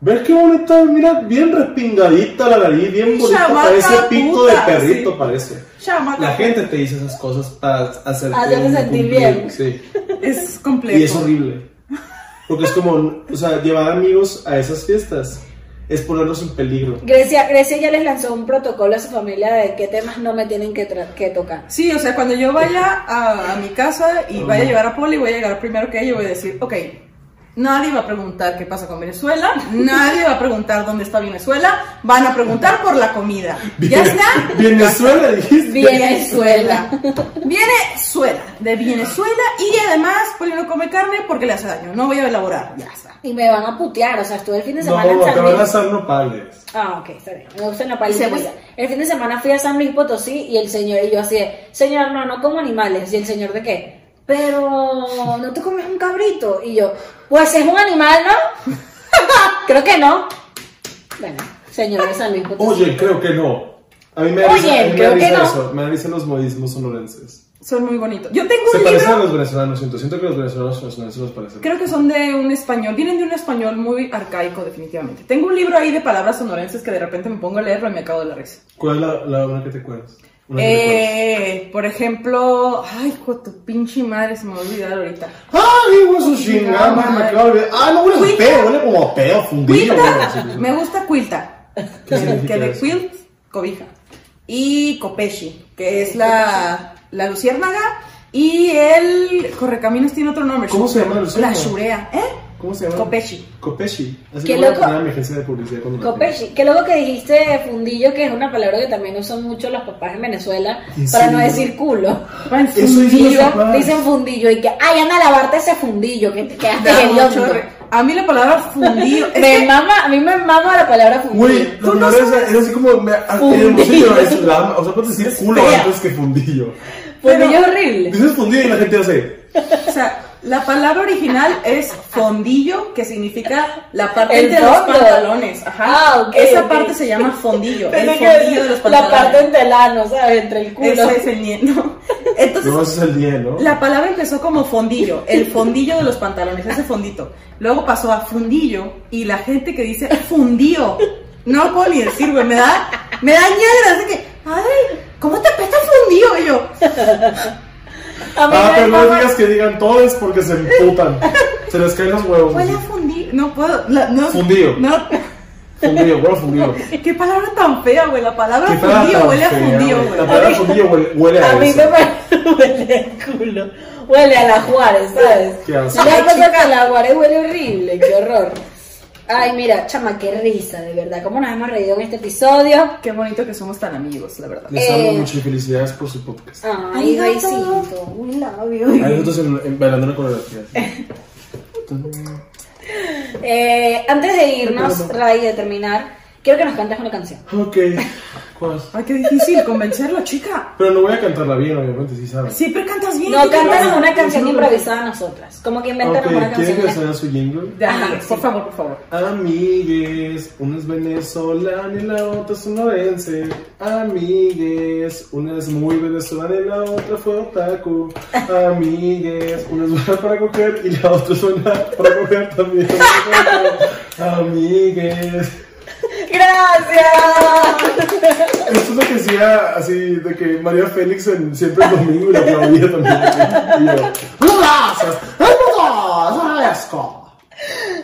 E: ¿Ves qué bonita? Mira, bien respingadita la nariz, bien bonita.
A: Chamaca
E: Parece pito de
A: puta,
E: perrito,
A: sí.
E: parece.
A: Chamaca.
E: La gente te dice esas cosas para hacerte
D: Hacerte sentir
E: cumplir,
D: bien.
E: Sí.
A: Es complejo.
E: Y es horrible. Porque es como, o sea, llevar amigos a esas fiestas es ponerlos en peligro.
D: Grecia, Grecia ya les lanzó un protocolo a su familia de qué temas no me tienen que, tra- que tocar.
A: Sí, o sea, cuando yo vaya a, a mi casa y vaya a llevar a Poli, voy a llegar primero que ella y voy a decir, ok, Nadie va a preguntar qué pasa con Venezuela, nadie va a preguntar dónde está Venezuela, van a preguntar por la comida. ¿Ya está?
E: Venezuela, dijiste.
D: Venezuela.
A: Venezuela, de Venezuela y además Poli no come carne porque le hace daño. No voy a elaborar, ya está.
D: Y me van a putear, o sea, estuve el fin de
E: No,
D: semana en San
E: te van a
D: Luis.
E: hacer nopales.
D: Ah, ok, está bien. Me gusta una paliza.
A: Y cebolla.
D: El fin de semana fui a San Luis Potosí y el señor, y yo así de, señor, no, no como animales. Y el señor, ¿de qué? Pero, ¿no te comes un cabrito? Y yo, pues es un animal, ¿no? Creo que no. Bueno, señor de San Luis Potosí.
E: Oye, creo que no. A mí me
D: Oye,
E: avisa, a mí me
D: creo que
E: avisa
D: no.
E: eso. Me avisan los modismos sonorenses.
A: Son muy bonitos. Yo tengo
E: Se
A: un
E: parecen
A: libro.
E: a los venezolanos, siento. Siento que los venezolanos los sonorenses nos parecen.
A: Creo que son de un español, vienen de un español muy arcaico, definitivamente. Tengo un libro ahí de palabras sonorenses que de repente me pongo a leerlo y me acabo de la risa.
E: ¿Cuál es la, la una que te acuerdas? Una que te acuerdas.
A: Eh, por ejemplo, ay, con tu pinche madre se me va a olvidar ahorita.
E: ¡Ay, güey, su chingada! madre, Me acabo de olvidar. ¡Ah, no huele a
A: Cuica.
E: peo! Huele como a peo fundido.
A: Quilta,
E: güey.
A: me gusta Quilta,
E: ¿Qué significa
A: que de
E: eso?
A: Quilt, cobija. Y Copeshi, que es la, la luciérnaga. Y el Correcaminos tiene otro nombre.
E: ¿Cómo se llama la luciérnaga?
A: La Shurea, ¿eh?
E: ¿Cómo se llama?
A: Copeshi.
E: Copeshi. Así
D: Qué
E: que voy a
D: loco.
E: poner a mi agencia de publicidad cuando la tenga.
D: Copechi, qué loco que dijiste fundillo, que es una palabra que también usan mucho los papás en Venezuela
E: ¿En
D: para no
E: serio?
D: decir culo.
E: Eso dicen los
D: Fundillo,
E: papás.
D: dicen fundillo y que, ay, anda a lavarte ese fundillo, que te quedaste
A: Da mucho
D: hediondo.
A: re- A mí la palabra fundido. es
D: Me
A: que-
D: mama, a mí me mama la palabra fundillo.
E: Güey, los menores era así como. Me, ah, tiene mucho que ver, es la- O sea, puedes decir culo
D: Fea.
E: antes que fundillo.
D: Fundillo
A: pero-
D: es horrible.
E: Dices fundillo y la gente hace.
A: O sea, la palabra original es fondillo, que significa la parte
D: El
A: de los
D: fondo.
A: pantalones. Ajá.
D: Ah, ok,
A: Esa
D: ok.
A: parte se llama fondillo. El
D: Pensé que
A: fondillo de los
D: la
A: pantalones.
D: parte entre el ano, ¿sabes? Entre el culo.
A: Ese es el nieto. Entonces,
E: No, ese es el día, ¿no? Ah,
A: la palabra empezó como fondillo, el fondillo de los pantalones, ese fondito. Luego pasó a fundillo y la gente que dice fundío, no lo puedo ni decir, güey, me da, me da ñagra, así que, ay, ¿cómo te apesta fundillo? Y yo,
D: A mí
E: Ah,
D: me
E: pero no
D: mama-
E: digas que digan todo es porque se emputan. Se les caen los huevos.
A: huele a fundido, no puedo, la- no,
E: Fundido.
A: no,
E: Fundido, huevo fundido.
A: qué palabra tan fea, güey, la palabra
E: Qué palabra
A: fundillo
E: tan
A: huele a
E: fea,
A: fundillo,
E: La
A: güey.
E: palabra fundillo huele, huele a,
D: A mí
E: eso.
D: me parece huele al culo. Huele a la Juárez, ¿sabes?
E: Qué asco.
D: La cosa que a la Juárez huele horrible, qué horror. Ay, mira, chama, qué risa, de verdad. ¿Cómo nos hemos reído en este episodio?
A: Qué bonito que somos tan amigos, la verdad.
E: Les hablo
D: Eh.
E: mucho y felicidades por su podcast.
D: Ay, Reycito, un labio.
E: Hay nosotros en, en bailando una coreografía.
D: Eh, antes de irnos, Ray, de terminar, quiero que nos cantes una canción.
E: Ok, ¿cuál?
A: Ay, qué difícil convencerlo, chica.
E: Pero no voy a cantarla bien, obviamente, si sabes.
A: Siempre cantas bien.
D: No,
A: ¿qué te
D: cántanos
A: pasa?
D: una canción improvisada a nosotras. Como que
E: Ok,
D: inventan una
E: ¿quieren que les
D: canción.
E: haga su jingle?
A: De
D: Ajá,
A: amigues,
D: sí.
A: por favor, por favor.
E: Amigues, una es venezolana y la otra es sonorense. Amigues, una es muy venezolana y la otra fue otaku. Amigues, una es buena para coger y la otra es buena para coger también. Amigues.
D: ¡Gracias!
E: Esto es lo que decía así de que María Félix en siempre es domingo y la aplaudía también. Y yo, ¡Gracias! ¡Gracias!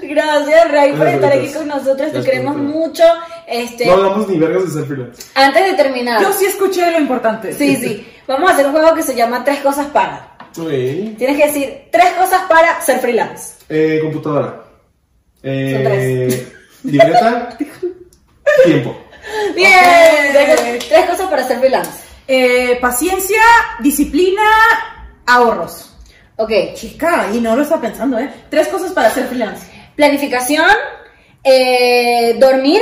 D: Gracias, Ray, por
E: Gracias,
D: estar aquí
E: gracias.
D: con nosotros. Te
E: Gracias,
D: queremos
E: gracias.
D: mucho. Este,
E: No hablamos ni vergas de ser freelance.
D: Antes de terminar.
A: Yo sí escuché lo importante.
D: Ah. Sí, sí. Vamos a hacer un juego que se llama Tres cosas para.
E: Ok.
D: Tienes que decir tres cosas para ser freelance.
E: Eh, computadora.
D: Son
E: Eh,
D: tres.
E: libreta. tiempo.
D: Bien.
A: Ok.
D: Tres, cos- tres cosas para ser freelance.
A: Eh, paciencia, disciplina, ahorros.
D: Ok.
A: Chica, y no lo está pensando, ¿eh? Tres cosas para ser freelance.
D: Planificación, eh, dormir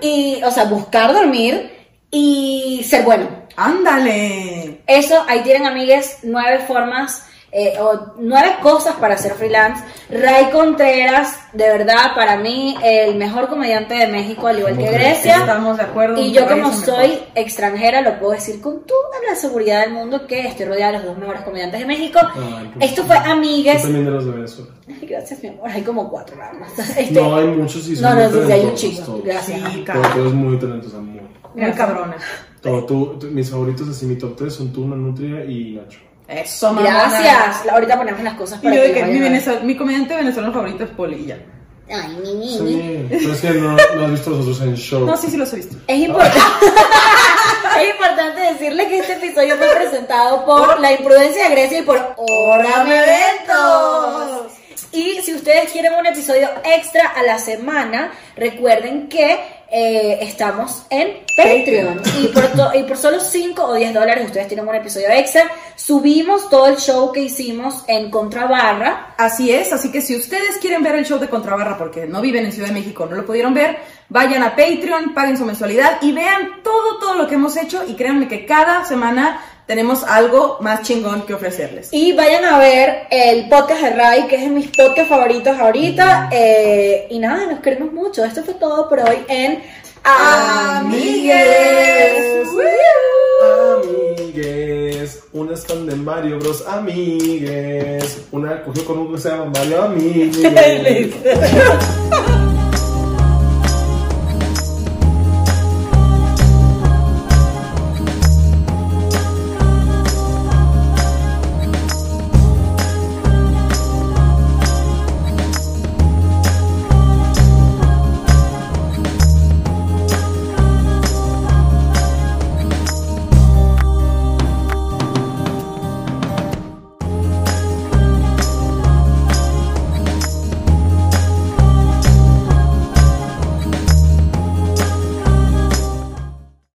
D: y, o sea, buscar dormir y ser bueno.
A: Ándale.
D: Eso, ahí tienen, amigues, nueve formas. eh, o nueve cosas para ser freelance. Ray Contreras, de verdad, para mí, el mejor comediante de México, al igual que Grecia.
A: Estamos de acuerdo.
D: Y yo
A: Ray
D: como
A: es el
D: soy
A: mejor.
D: extranjera lo puedo decir con toda la seguridad del mundo que estoy rodeada de los dos mejores comediantes de México.
E: Ay, qué
D: Esto fue
E: bonito. Yo
D: Amigues.
E: también de los de Venezuela.
D: Ay, gracias, mi amor. Hay como cuatro nada más. Este,
E: No hay muchos y son
D: No, no,
E: muy
D: sí, sí, hay un
E: talentosos
D: chingo.
E: todos.
D: Gracias.
A: Sí,
E: Pero tú eres muy talentosa, muy.
A: Muy cabrona.
E: Todo, tú- tú- mis favoritos así, mi top 3 son tú, Nanutria y Nacho.
A: Eso, mamá.
D: Gracias. Ahorita ponemos las cosas
A: Y
D: para
A: yo
D: que
A: de que
D: lo
A: mi,
D: vayan a ver.
A: venezol- mi comediante venezolano favorito es Poli. y ya.
D: Ay, mi
E: Sí.
D: niña.
E: Pero es que no, no has visto a los otros en show.
A: No, sí, sí los he visto.
D: Es importante. Es importante decirle que este episodio fue presentado por La Imprudencia de Grecia y por Hora Eventos. Y si usted ustedes quieren un episodio extra a la semana, recuerden que eh, estamos en Patreon. Y por, to- y por solo 5 o 10 dólares ustedes tienen un episodio extra. Subimos todo el show que hicimos en Contrabarra.
A: Así es, así que si ustedes quieren ver el show de Contrabarra porque no viven en Ciudad de México, no lo pudieron ver, vayan a Patreon, paguen su mensualidad y vean todo, todo lo que hemos hecho y créanme que cada semana tenemos algo más chingón que ofrecerles.
D: Y vayan a ver el podcast de Rai, que es de mis podcasts favoritos ahorita. Eh, y nada, nos queremos mucho. Esto fue todo por hoy en Amigues.
E: Amigues, una es fan de Mario Bros. Amigues, una cogió con un que se llama Mario Amigues.